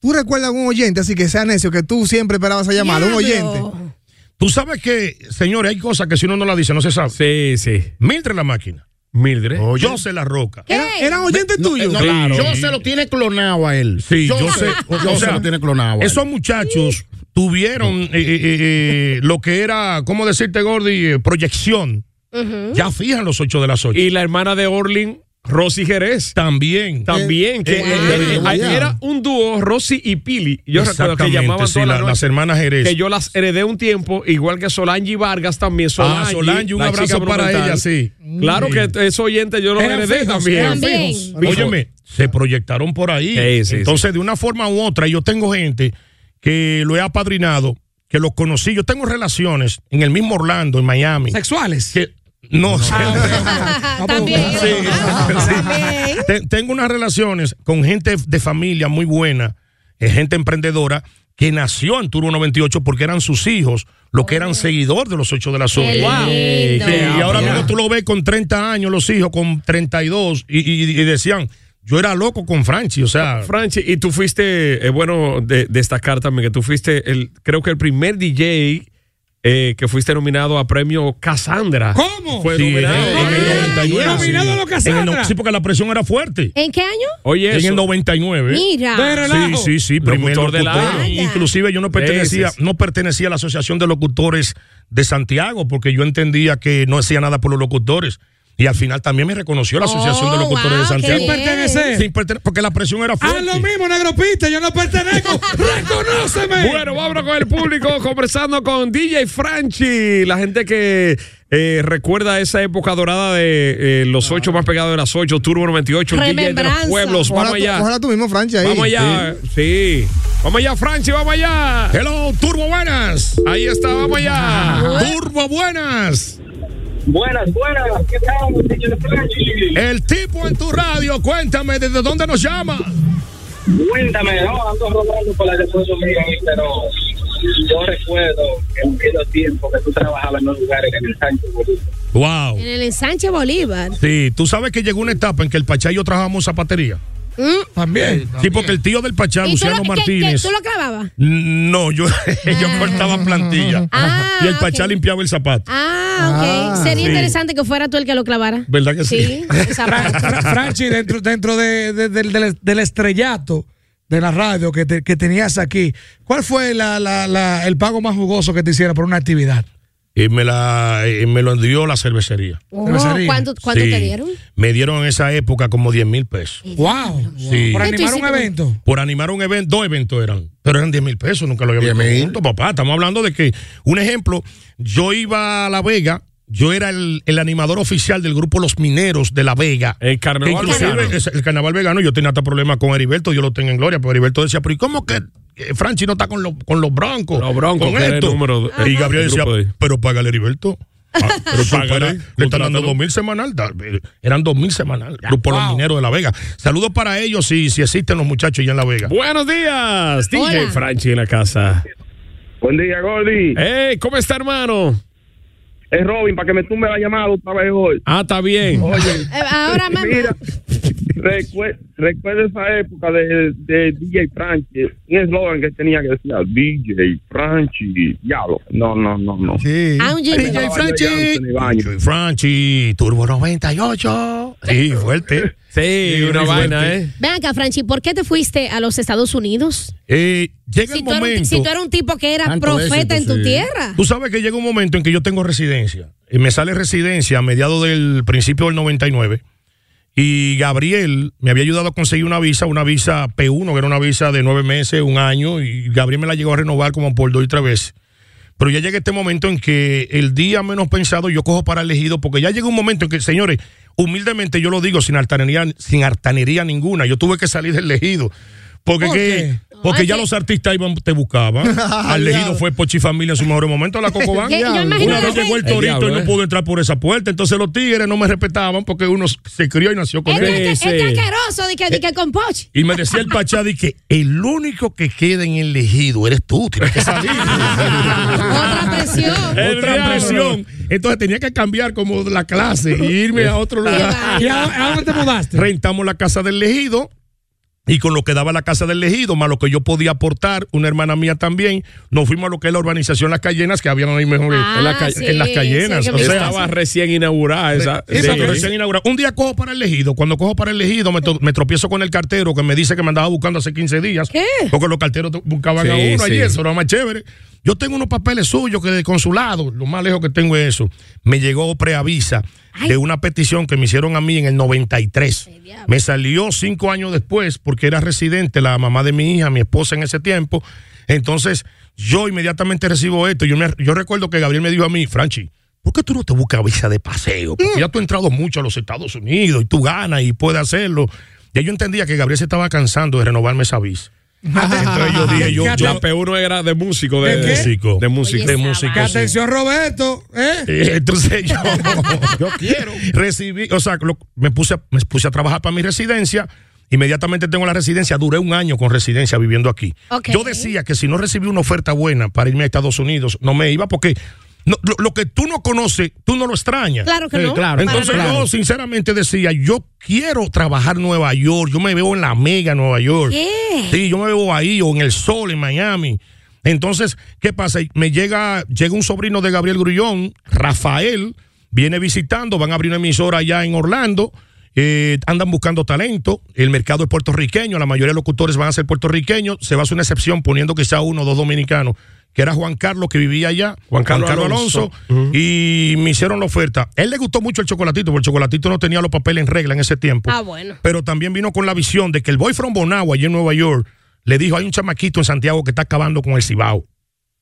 [SPEAKER 7] ¿Tú recuerdas algún oyente, así que sea necio, que tú siempre esperabas a llamar? Un oyente.
[SPEAKER 4] Diablo.
[SPEAKER 2] Tú sabes que, señores, hay cosas que si uno no la dice, no se sabe.
[SPEAKER 3] Sí, sí.
[SPEAKER 2] Mildred la máquina.
[SPEAKER 3] Mildred.
[SPEAKER 2] Yo José la roca.
[SPEAKER 4] ¿Qué?
[SPEAKER 7] Era-
[SPEAKER 4] *laughs*
[SPEAKER 7] ¿Eran oyentes
[SPEAKER 5] No,
[SPEAKER 7] tuyos?
[SPEAKER 5] eh, no,
[SPEAKER 3] Claro.
[SPEAKER 5] Yo se lo tiene clonado a él.
[SPEAKER 2] Sí, yo sé.
[SPEAKER 5] Yo
[SPEAKER 2] O
[SPEAKER 5] se
[SPEAKER 2] sea,
[SPEAKER 5] lo tiene clonado. a él.
[SPEAKER 2] Esos muchachos tuvieron eh, eh, eh, lo que era, ¿cómo decirte, Gordy? Eh, proyección. Ya fijan los 8 de las 8.
[SPEAKER 3] Y la hermana de Orlin, Rosy Jerez.
[SPEAKER 2] también.
[SPEAKER 3] También, que
[SPEAKER 2] eh,
[SPEAKER 3] eh,
[SPEAKER 5] eh,
[SPEAKER 3] eh,
[SPEAKER 5] eh,
[SPEAKER 3] era un dúo, Rosy y Pili. Yo recuerdo que
[SPEAKER 2] Exactamente,
[SPEAKER 3] llamaban
[SPEAKER 2] sí,
[SPEAKER 3] todas
[SPEAKER 2] la-
[SPEAKER 3] las
[SPEAKER 2] las
[SPEAKER 3] noches,
[SPEAKER 2] hermanas Jerez.
[SPEAKER 3] Que yo las heredé un tiempo, igual que Solange y Vargas también.
[SPEAKER 2] Ah,
[SPEAKER 3] Solange,
[SPEAKER 2] Solange, un
[SPEAKER 3] la chica
[SPEAKER 2] abrazo para
[SPEAKER 3] monumental.
[SPEAKER 2] ella, sí.
[SPEAKER 3] Claro que esos oyentes yo los
[SPEAKER 6] Eran
[SPEAKER 3] heredé
[SPEAKER 6] fijos,
[SPEAKER 3] también.
[SPEAKER 6] eran
[SPEAKER 4] También.
[SPEAKER 6] fijos.
[SPEAKER 2] Óyeme, se proyectaron por ahí.
[SPEAKER 3] Sí, sí,
[SPEAKER 2] Entonces, de una forma u otra, yo tengo gente que lo he apadrinado, que los conocí. Yo tengo relaciones en el mismo Orlando, en Miami.
[SPEAKER 6] Sexuales.
[SPEAKER 2] Que no, sé.
[SPEAKER 4] Ah, También. También.
[SPEAKER 2] Te- tengo unas relaciones con gente de familia muy buena, eh, gente emprendedora, que nació en Turbo 98 porque eran sus hijos, los que eran seguidor de los 8 de la zona.
[SPEAKER 4] Qué lindo.
[SPEAKER 2] Sí, y ahora mismo tú lo ves con 30 años, los hijos con 32, y, y, y decían, yo era loco con Franchi, o sea,
[SPEAKER 3] Franchi, y tú fuiste, es bueno de- destacar también que tú fuiste, el, creo que el primer DJ eh, que fuiste nominado a premio Cassandra.
[SPEAKER 6] ¿Cómo?
[SPEAKER 3] Fue
[SPEAKER 2] sí, en, el-
[SPEAKER 3] nominado.
[SPEAKER 2] en el
[SPEAKER 3] Oye,
[SPEAKER 2] 99.
[SPEAKER 6] Nominado a los
[SPEAKER 2] sí. En el no-
[SPEAKER 6] Cassandra.
[SPEAKER 2] sí, porque la presión era fuerte.
[SPEAKER 4] ¿En qué año?
[SPEAKER 3] Oye,
[SPEAKER 2] En
[SPEAKER 3] eso.
[SPEAKER 2] el 99.
[SPEAKER 4] Mira.
[SPEAKER 6] De
[SPEAKER 2] Sí,
[SPEAKER 6] relajo.
[SPEAKER 2] sí, sí,
[SPEAKER 3] Locutor
[SPEAKER 2] primer
[SPEAKER 3] del
[SPEAKER 2] locutor.
[SPEAKER 4] año.
[SPEAKER 2] Inclusive yo no pertenecía,
[SPEAKER 3] Ese es.
[SPEAKER 2] no pertenecía a la Asociación de Locutores de Santiago, porque yo entendía que no hacía nada por los locutores. Y al final también me reconoció la Asociación de
[SPEAKER 4] Oh,
[SPEAKER 2] Locutores
[SPEAKER 4] wow,
[SPEAKER 2] de
[SPEAKER 4] qué
[SPEAKER 2] Santiago.
[SPEAKER 4] bien.
[SPEAKER 6] pertenecer.
[SPEAKER 2] Sin pertene- porque la presión era
[SPEAKER 3] Ah,
[SPEAKER 2] fuerte.
[SPEAKER 6] Haz lo mismo, negro pista, yo no pertenezco. ¡Reconóceme!
[SPEAKER 3] Bueno, vámonos con el público *laughs* conversando con DJ Franchi, la gente que eh, recuerda esa época dorada de eh, los ocho más pegados de las ocho, Turbo 98, el DJ de los
[SPEAKER 4] Remembranza.
[SPEAKER 3] pueblos.
[SPEAKER 7] Ojalá
[SPEAKER 3] Vamos
[SPEAKER 7] tú-
[SPEAKER 3] allá.
[SPEAKER 7] ojalá tú mismo, Franchi, ahí.
[SPEAKER 3] Vamos allá. Sí. Vamos allá, Franchi, vamos allá.
[SPEAKER 7] Eh,
[SPEAKER 2] Hello, Turbo Buenas.
[SPEAKER 3] Ahí está, vamos allá.
[SPEAKER 2] Turbo Buenas.
[SPEAKER 8] Buenas, buenas. ¿Qué tal, señor Franchi?
[SPEAKER 2] El tipo en tu radio, cuéntame desde dónde nos llama.
[SPEAKER 8] Cuéntame, no, ando robando por la gasolina ahí, pero yo recuerdo en aquellos tiempos que tú trabajabas en los lugares en el Sancho Bolívar.
[SPEAKER 2] Wow.
[SPEAKER 4] *laughs* En el ensanche Bolívar.
[SPEAKER 2] Sí, tú sabes que llegó una etapa en que el Pachá y yo trabajábamos en zapatería.
[SPEAKER 6] También.
[SPEAKER 2] Sí, porque el tío del Pachá,
[SPEAKER 4] ¿Y tú lo,
[SPEAKER 2] Luciano
[SPEAKER 4] que- que-
[SPEAKER 2] Martínez.
[SPEAKER 4] tú lo clavabas?
[SPEAKER 2] No, yo, yo
[SPEAKER 4] Ah.
[SPEAKER 2] cortaba plantilla.
[SPEAKER 4] Ah,
[SPEAKER 2] *laughs* y el
[SPEAKER 4] ok.
[SPEAKER 2] Pachá limpiaba el zapato.
[SPEAKER 4] Ah, ok. Sería
[SPEAKER 2] sí.
[SPEAKER 4] interesante que fuera tú el que lo clavara.
[SPEAKER 2] ¿Verdad que sí?
[SPEAKER 4] Sí, esa parte.
[SPEAKER 6] Fra- Franchi, dentro, dentro de- de- del- del- del estrellato de la radio que, te- que tenías aquí, ¿cuál fue la- la- la- el pago más jugoso que te hicieron por una actividad?
[SPEAKER 2] *laughs* Y me, la, y me lo dio la cervecería.
[SPEAKER 4] Oh,
[SPEAKER 6] Cervecería.
[SPEAKER 4] ¿Cuánto, cuánto
[SPEAKER 2] Sí.
[SPEAKER 4] te dieron?
[SPEAKER 2] Me dieron en esa época como 10 mil pesos.
[SPEAKER 6] ¡Wow!
[SPEAKER 2] Sí.
[SPEAKER 6] Por
[SPEAKER 4] ¿Qué tú
[SPEAKER 6] animar un
[SPEAKER 4] hiciste?
[SPEAKER 6] evento.
[SPEAKER 2] Por animar un evento, dos eventos eran, pero eran 10 mil pesos, nunca lo había
[SPEAKER 5] 10
[SPEAKER 2] visto
[SPEAKER 5] mil.
[SPEAKER 2] junto, papá. Estamos hablando de que, un ejemplo, yo iba a La Vega, yo era el, el animador oficial del grupo Los Mineros de La Vega.
[SPEAKER 3] El
[SPEAKER 2] Que
[SPEAKER 3] carnaval.
[SPEAKER 2] inclusive
[SPEAKER 3] vegano.
[SPEAKER 2] es- el carnaval vegano, yo tenía hasta problemas con Heriberto, yo lo tengo en gloria, pero Heriberto decía, pero ¿y cómo que eh, Franchi no está con, los- con los broncos?
[SPEAKER 3] Los Broncos,
[SPEAKER 2] con
[SPEAKER 3] que era el número-
[SPEAKER 2] y
[SPEAKER 3] el
[SPEAKER 2] Gabriel decía,
[SPEAKER 3] grupo de-
[SPEAKER 2] pero págale
[SPEAKER 3] *laughs*
[SPEAKER 2] Heriberto. Ah, pero
[SPEAKER 3] Págale,
[SPEAKER 2] supera, le están dando
[SPEAKER 3] contrátalo.
[SPEAKER 2] dos mil semanal. da- eh, Eran dos mil semanal. Grupo Los Mineros de La Vega. Saludos para ellos si, si existen los muchachos ya en La Vega.
[SPEAKER 3] Buenos días, DJ
[SPEAKER 4] Hola.
[SPEAKER 3] Franchi en la casa.
[SPEAKER 8] Buen día, Gordy.
[SPEAKER 3] Hey, ¿cómo está, hermano?
[SPEAKER 8] Es Robin, para que me tumbe la llamada otra vez hoy.
[SPEAKER 3] Ah, está bien.
[SPEAKER 8] Oye,
[SPEAKER 4] Eh,
[SPEAKER 2] *laughs*
[SPEAKER 4] ahora, mamá.
[SPEAKER 8] mira, recue- recuerda esa época de, de DJ Franchi. Un eslogan que tenía que decía DJ Franchi. Diablo. No, no, no, no.
[SPEAKER 7] Sí.
[SPEAKER 4] Ah, un jingle.
[SPEAKER 8] DJ Franchi.
[SPEAKER 2] Joey Franchi, Turbo 98. Sí,
[SPEAKER 4] *laughs*
[SPEAKER 2] fuerte.
[SPEAKER 3] Sí, una
[SPEAKER 2] muy
[SPEAKER 3] vaina,
[SPEAKER 2] fuerte.
[SPEAKER 3] ¿eh?
[SPEAKER 4] Ven acá, Franchi, ¿por qué te fuiste a los Estados Unidos?
[SPEAKER 2] Eh, llega
[SPEAKER 4] Si
[SPEAKER 2] el
[SPEAKER 4] tú, eras, un-
[SPEAKER 2] momento.
[SPEAKER 4] si tú eras un tipo que era
[SPEAKER 5] Tanto éxito,
[SPEAKER 4] profeta en tu
[SPEAKER 5] sí.
[SPEAKER 4] tierra.
[SPEAKER 2] Tú sabes que llega un momento en que yo tengo residencia. Y me sale residencia a mediados del principio del 99. Y Gabriel me había ayudado a conseguir una visa, una visa P1, que era una visa de nueve meses, un año. Y Gabriel me la llegó a renovar como por dos y tres veces. Pero ya llega este momento en que el día menos pensado yo cojo para elegido, porque ya llega un momento en que, señores, humildemente yo lo digo sin altanería, sin hartanería ninguna, yo tuve que salir del elegido. Porque,
[SPEAKER 6] ¿Por
[SPEAKER 2] que-
[SPEAKER 6] qué?
[SPEAKER 2] porque ya
[SPEAKER 4] Oye.
[SPEAKER 2] los artistas iban, te buscaban.
[SPEAKER 6] *laughs*
[SPEAKER 2] Al elegido fue Pues Pochi Familia en su mejor momento, la *laughs* Cocobán.
[SPEAKER 4] Que yo imagino
[SPEAKER 2] Una
[SPEAKER 4] que
[SPEAKER 2] vez llegó el
[SPEAKER 3] El
[SPEAKER 2] torito
[SPEAKER 3] diablo,
[SPEAKER 2] y no pues.
[SPEAKER 3] eh.
[SPEAKER 2] pudo entrar por esa puerta. Entonces los tigres no me respetaban porque uno se crió y nació con
[SPEAKER 4] Este
[SPEAKER 2] él.
[SPEAKER 4] es
[SPEAKER 3] Sí,
[SPEAKER 4] este
[SPEAKER 3] sí.
[SPEAKER 4] asqueroso de que, de que
[SPEAKER 2] *laughs*
[SPEAKER 4] con Poch.
[SPEAKER 2] Y me decía el Pachá de que el único que queda en el elegido eres tú, tienes que
[SPEAKER 3] *laughs*
[SPEAKER 2] salir.
[SPEAKER 4] Otra presión.
[SPEAKER 3] El
[SPEAKER 2] otra
[SPEAKER 3] diablo.
[SPEAKER 2] presión. Entonces tenía que cambiar como la clase e irme a otro lugar.
[SPEAKER 6] ¿Y a, a dónde te mudaste?
[SPEAKER 2] Rentamos la casa del elegido. Y con lo que daba la casa del elegido, más lo que yo podía aportar, una hermana mía también, nos fuimos a lo que es la urbanización Las Cayenas, que habían ahí mejor
[SPEAKER 4] Ah,
[SPEAKER 2] en, la ca-
[SPEAKER 4] sí,
[SPEAKER 2] en Las Callenas.
[SPEAKER 4] sí, que
[SPEAKER 2] o
[SPEAKER 4] me
[SPEAKER 2] sea,
[SPEAKER 4] pasa.
[SPEAKER 3] Estaba recién inaugurada esa.
[SPEAKER 2] esa
[SPEAKER 3] sí.
[SPEAKER 2] recién inaugurada. Un día cojo para el elegido. Cuando cojo para el elegido, me, to- me tropiezo con el cartero que me dice que me andaba buscando hace 15 días.
[SPEAKER 4] ¿Qué?
[SPEAKER 2] Porque los carteros te- buscaban a
[SPEAKER 3] Sí,
[SPEAKER 2] uno allí,
[SPEAKER 3] sí.
[SPEAKER 2] eso era más chévere. Yo tengo unos papeles suyos que de consulado, lo más lejos que tengo es eso. Me llegó preavisa de una petición que me hicieron a mí en el 93. Me salió cinco años después porque era residente la mamá de mi hija, mi esposa en ese tiempo. Entonces, yo inmediatamente recibo esto. Yo, me- yo recuerdo que Gabriel me dijo a mí, Franchi, ¿por qué tú no te buscas visa de paseo? Porque ya tú has entrado mucho a los Estados Unidos y tú ganas y puedes hacerlo. Ya yo entendía que Gabriel se estaba cansando de renovarme esa visa. Entonces yo dije, yo, yo-
[SPEAKER 3] La P1 era de músico. De,
[SPEAKER 6] ¿De qué?
[SPEAKER 3] músico. De músico.
[SPEAKER 4] Oye,
[SPEAKER 3] De
[SPEAKER 4] esa
[SPEAKER 3] músico.
[SPEAKER 6] Que atención, Roberto. ¿eh?
[SPEAKER 2] Eh, Entonces yo, *laughs* yo quiero. Recibí, o sea, lo- me, puse, a- me puse a trabajar para mi residencia. Inmediatamente tengo la residencia. Duré un año con residencia viviendo aquí.
[SPEAKER 4] Ok.
[SPEAKER 2] Yo decía que si no recibí una oferta buena para irme a Estados Unidos, no me iba porque no- lo, lo que tú no conoces, tú no lo extrañas.
[SPEAKER 4] Claro que
[SPEAKER 5] Sí,
[SPEAKER 4] no.
[SPEAKER 5] claro.
[SPEAKER 4] Para
[SPEAKER 2] Entonces
[SPEAKER 4] nada.
[SPEAKER 2] yo sinceramente decía, yo quiero trabajar en Nueva York, yo me veo en la mega Nueva York.
[SPEAKER 4] ¿Qué?
[SPEAKER 2] Sí, yo me veo ahí o en el sol en Miami. Entonces, ¿qué pasa? Me llega, llega un sobrino de Gabriel Grullón, Rafael, viene visitando, van a abrir una emisora allá en Orlando. eh, andan buscando talento, el mercado es puertorriqueño, la mayoría de locutores van a ser puertorriqueños, se va a hacer una excepción poniendo quizá uno o dos dominicanos, que era Juan Carlos que vivía allá, Juan Carlos, Alonso, y me hicieron la oferta. A Él le gustó mucho el chocolatito, porque el chocolatito no tenía los papeles en regla en ese tiempo
[SPEAKER 4] Ah, bueno.
[SPEAKER 2] pero también vino con la visión de que el boy from Bonao allí en Nueva York le dijo, hay un chamaquito en Santiago que está acabando con el Cibao,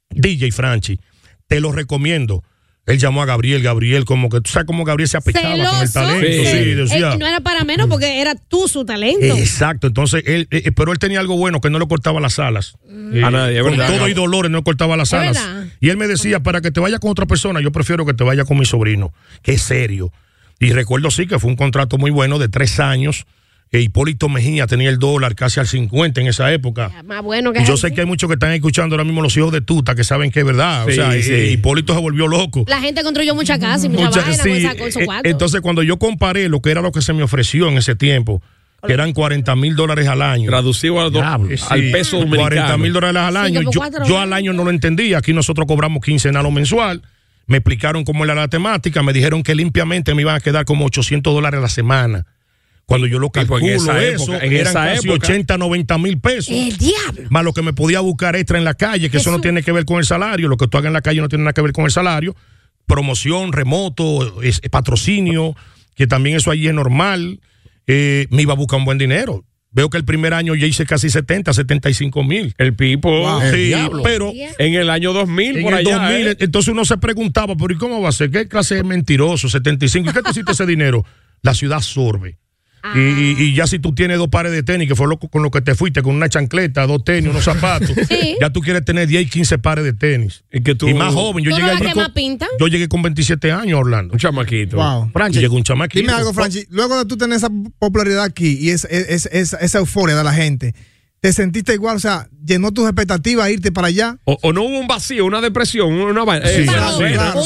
[SPEAKER 2] DJ Franchi, te lo recomiendo. Él llamó a Gabriel, Gabriel, como que tú sabes cómo Gabriel se apechaba con el
[SPEAKER 4] Celoso.
[SPEAKER 2] talento.
[SPEAKER 4] Sí.
[SPEAKER 2] Sí, decía,
[SPEAKER 4] Eh, no era para menos porque era tú su talento.
[SPEAKER 2] Exacto, entonces él, eh, eh, pero él tenía algo bueno que no le cortaba las alas.
[SPEAKER 3] A nadie, Ah, es
[SPEAKER 2] Con
[SPEAKER 3] verdad.
[SPEAKER 2] todo y dolores no le cortaba las
[SPEAKER 4] Es
[SPEAKER 2] alas.
[SPEAKER 4] verdad.
[SPEAKER 2] Y él me decía, para que te vaya con otra persona, yo prefiero que te vaya con mi sobrino, que es serio. Y recuerdo sí que fue un contrato muy bueno de tres años. E Hipólito Mejía tenía el dólar casi al 50 en esa época.
[SPEAKER 4] Más bueno que
[SPEAKER 2] Y Yo sé que hay muchos que están escuchando ahora mismo los hijos de Tuta que saben que es verdad.
[SPEAKER 3] Sí,
[SPEAKER 2] o sea,
[SPEAKER 3] sí.
[SPEAKER 2] eh, Hipólito se volvió loco.
[SPEAKER 4] La gente construyó mucha casa y mucha,
[SPEAKER 2] Mucha-
[SPEAKER 4] vaina
[SPEAKER 2] sí,
[SPEAKER 4] con esa- con esos
[SPEAKER 2] eh,
[SPEAKER 4] cuartos.
[SPEAKER 2] entonces, cuando yo comparé lo que era lo que se me ofreció en ese tiempo que eran 40 mil dólares al año.
[SPEAKER 3] Traducido al, do-
[SPEAKER 2] Diablo.
[SPEAKER 3] al
[SPEAKER 2] Sí,
[SPEAKER 3] peso
[SPEAKER 2] 40 mil
[SPEAKER 3] dominicano.
[SPEAKER 2] dólares al año.
[SPEAKER 4] por
[SPEAKER 2] Yo,
[SPEAKER 4] cuatro
[SPEAKER 2] yo al año no lo entendía. Aquí nosotros cobramos quincenal o mensual. Me explicaron cómo era la temática. Me dijeron que limpiamente me iban a quedar como 800 dólares a la semana. Cuando yo lo
[SPEAKER 3] Sí,
[SPEAKER 2] calculo,
[SPEAKER 3] porque en esa
[SPEAKER 2] eso
[SPEAKER 3] época- en
[SPEAKER 2] eran
[SPEAKER 3] esa
[SPEAKER 2] casi
[SPEAKER 3] época-
[SPEAKER 2] 80, 90 mil pesos.
[SPEAKER 4] El diablo.
[SPEAKER 2] Más lo que me podía buscar extra en la calle, que eso no
[SPEAKER 4] Jesús.
[SPEAKER 2] tiene que ver con el salario. Lo que tú hagas en la calle no tiene nada que ver con el salario. Promoción, remoto, es- patrocinio, que también eso allí es normal. Eh, me iba a buscar un buen dinero. Veo que el primer año ya hice casi 70, 75 mil.
[SPEAKER 3] El Pipo.
[SPEAKER 2] Sí,
[SPEAKER 3] sí, pero
[SPEAKER 2] pero
[SPEAKER 3] en el año 2000,
[SPEAKER 2] en
[SPEAKER 3] por
[SPEAKER 2] el
[SPEAKER 3] allá.
[SPEAKER 2] 2000,
[SPEAKER 3] ¿eh?
[SPEAKER 2] entonces uno se preguntaba, pero ¿y cómo va a ser? ¿Qué clase de mentiroso? 75. ¿Y qué te hiciste ese dinero? La ciudad absorbe. Y, y-
[SPEAKER 4] Ah.
[SPEAKER 2] y ya si tú tienes dos pares de tenis, que fue lo, con lo que te fuiste, con una chancleta, dos tenis, *laughs* unos zapatos,
[SPEAKER 4] Sí.
[SPEAKER 2] ya tú quieres tener 10 y 15 pares de tenis.
[SPEAKER 3] Y que tú-
[SPEAKER 2] Y más joven, yo
[SPEAKER 4] ¿Tú no
[SPEAKER 2] llegué,
[SPEAKER 4] la
[SPEAKER 2] allí
[SPEAKER 4] que
[SPEAKER 2] con,
[SPEAKER 4] más pinta?
[SPEAKER 2] yo llegué con 27 años a Orlando.
[SPEAKER 3] Un chamaquito.
[SPEAKER 7] Wow.
[SPEAKER 2] Y llegó un chamaquito.
[SPEAKER 7] Dime algo, Franchi. Luego de tú tener esa popularidad aquí y esa, es- es- esa euforia de la gente, ¿te sentiste igual? O sea, ¿llenó tus expectativas irte para allá?
[SPEAKER 3] O, o no hubo un vacío, una depresión, una vaina.
[SPEAKER 2] Sí,
[SPEAKER 3] Eh,
[SPEAKER 2] sí,
[SPEAKER 4] bajón,
[SPEAKER 2] sí,
[SPEAKER 4] un
[SPEAKER 2] sí,
[SPEAKER 4] bajón,
[SPEAKER 2] lo-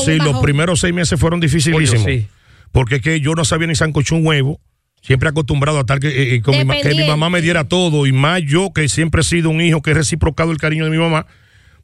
[SPEAKER 4] un
[SPEAKER 2] sí, los
[SPEAKER 4] bajón.
[SPEAKER 2] primeros seis meses fueron dificilísimos.
[SPEAKER 3] Coño, sí.
[SPEAKER 2] Porque es que yo no sabía ni sancocho un huevo. Siempre acostumbrado a estar que, eh, eh, con mi ma- que mi mamá me diera todo. Y más yo, que siempre he sido un hijo que he reciprocado el cariño de mi mamá.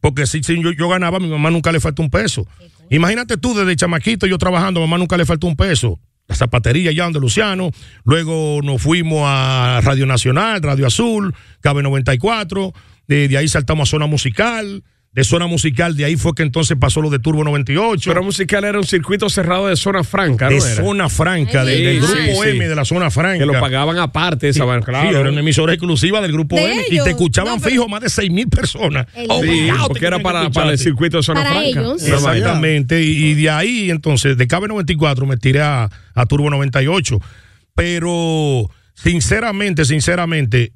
[SPEAKER 2] Porque si, si yo, yo ganaba, a mi mamá nunca le faltó un peso. Imagínate tú, desde chamaquito yo trabajando, a mamá nunca le faltó un peso. La zapatería allá donde Luciano. Luego nos fuimos a Radio Nacional, Radio Azul, Cabe 94. De, de ahí saltamos a Zona Musical. De Zona Musical, de ahí fue que entonces pasó lo de Turbo 98
[SPEAKER 3] Pero musical era un circuito cerrado de zona franca, ¿no?
[SPEAKER 2] de
[SPEAKER 3] era?
[SPEAKER 2] zona franca,
[SPEAKER 4] Ay,
[SPEAKER 2] de- del
[SPEAKER 4] sí,
[SPEAKER 2] grupo
[SPEAKER 3] sí.
[SPEAKER 2] M de la zona franca.
[SPEAKER 3] que lo pagaban aparte, esa vaina,
[SPEAKER 2] Sí,
[SPEAKER 3] claro.
[SPEAKER 2] era una emisora exclusiva del grupo
[SPEAKER 4] De
[SPEAKER 2] M y
[SPEAKER 4] ellos.
[SPEAKER 2] te escuchaban
[SPEAKER 4] No, pero-
[SPEAKER 2] fijo más de 6 mil personas. Oh,
[SPEAKER 4] El-
[SPEAKER 2] my
[SPEAKER 3] Sí,
[SPEAKER 2] God,
[SPEAKER 3] porque
[SPEAKER 2] te
[SPEAKER 3] era
[SPEAKER 2] tenían que
[SPEAKER 3] para,
[SPEAKER 2] escucharte.
[SPEAKER 3] para el circuito de zona
[SPEAKER 4] Para
[SPEAKER 3] franca.
[SPEAKER 4] ellos.
[SPEAKER 2] Eh,
[SPEAKER 3] Una vaina.
[SPEAKER 2] Exactamente, y, y de ahí entonces, de KB 94 me tiré a, a Turbo 98. Pero, sinceramente, sinceramente,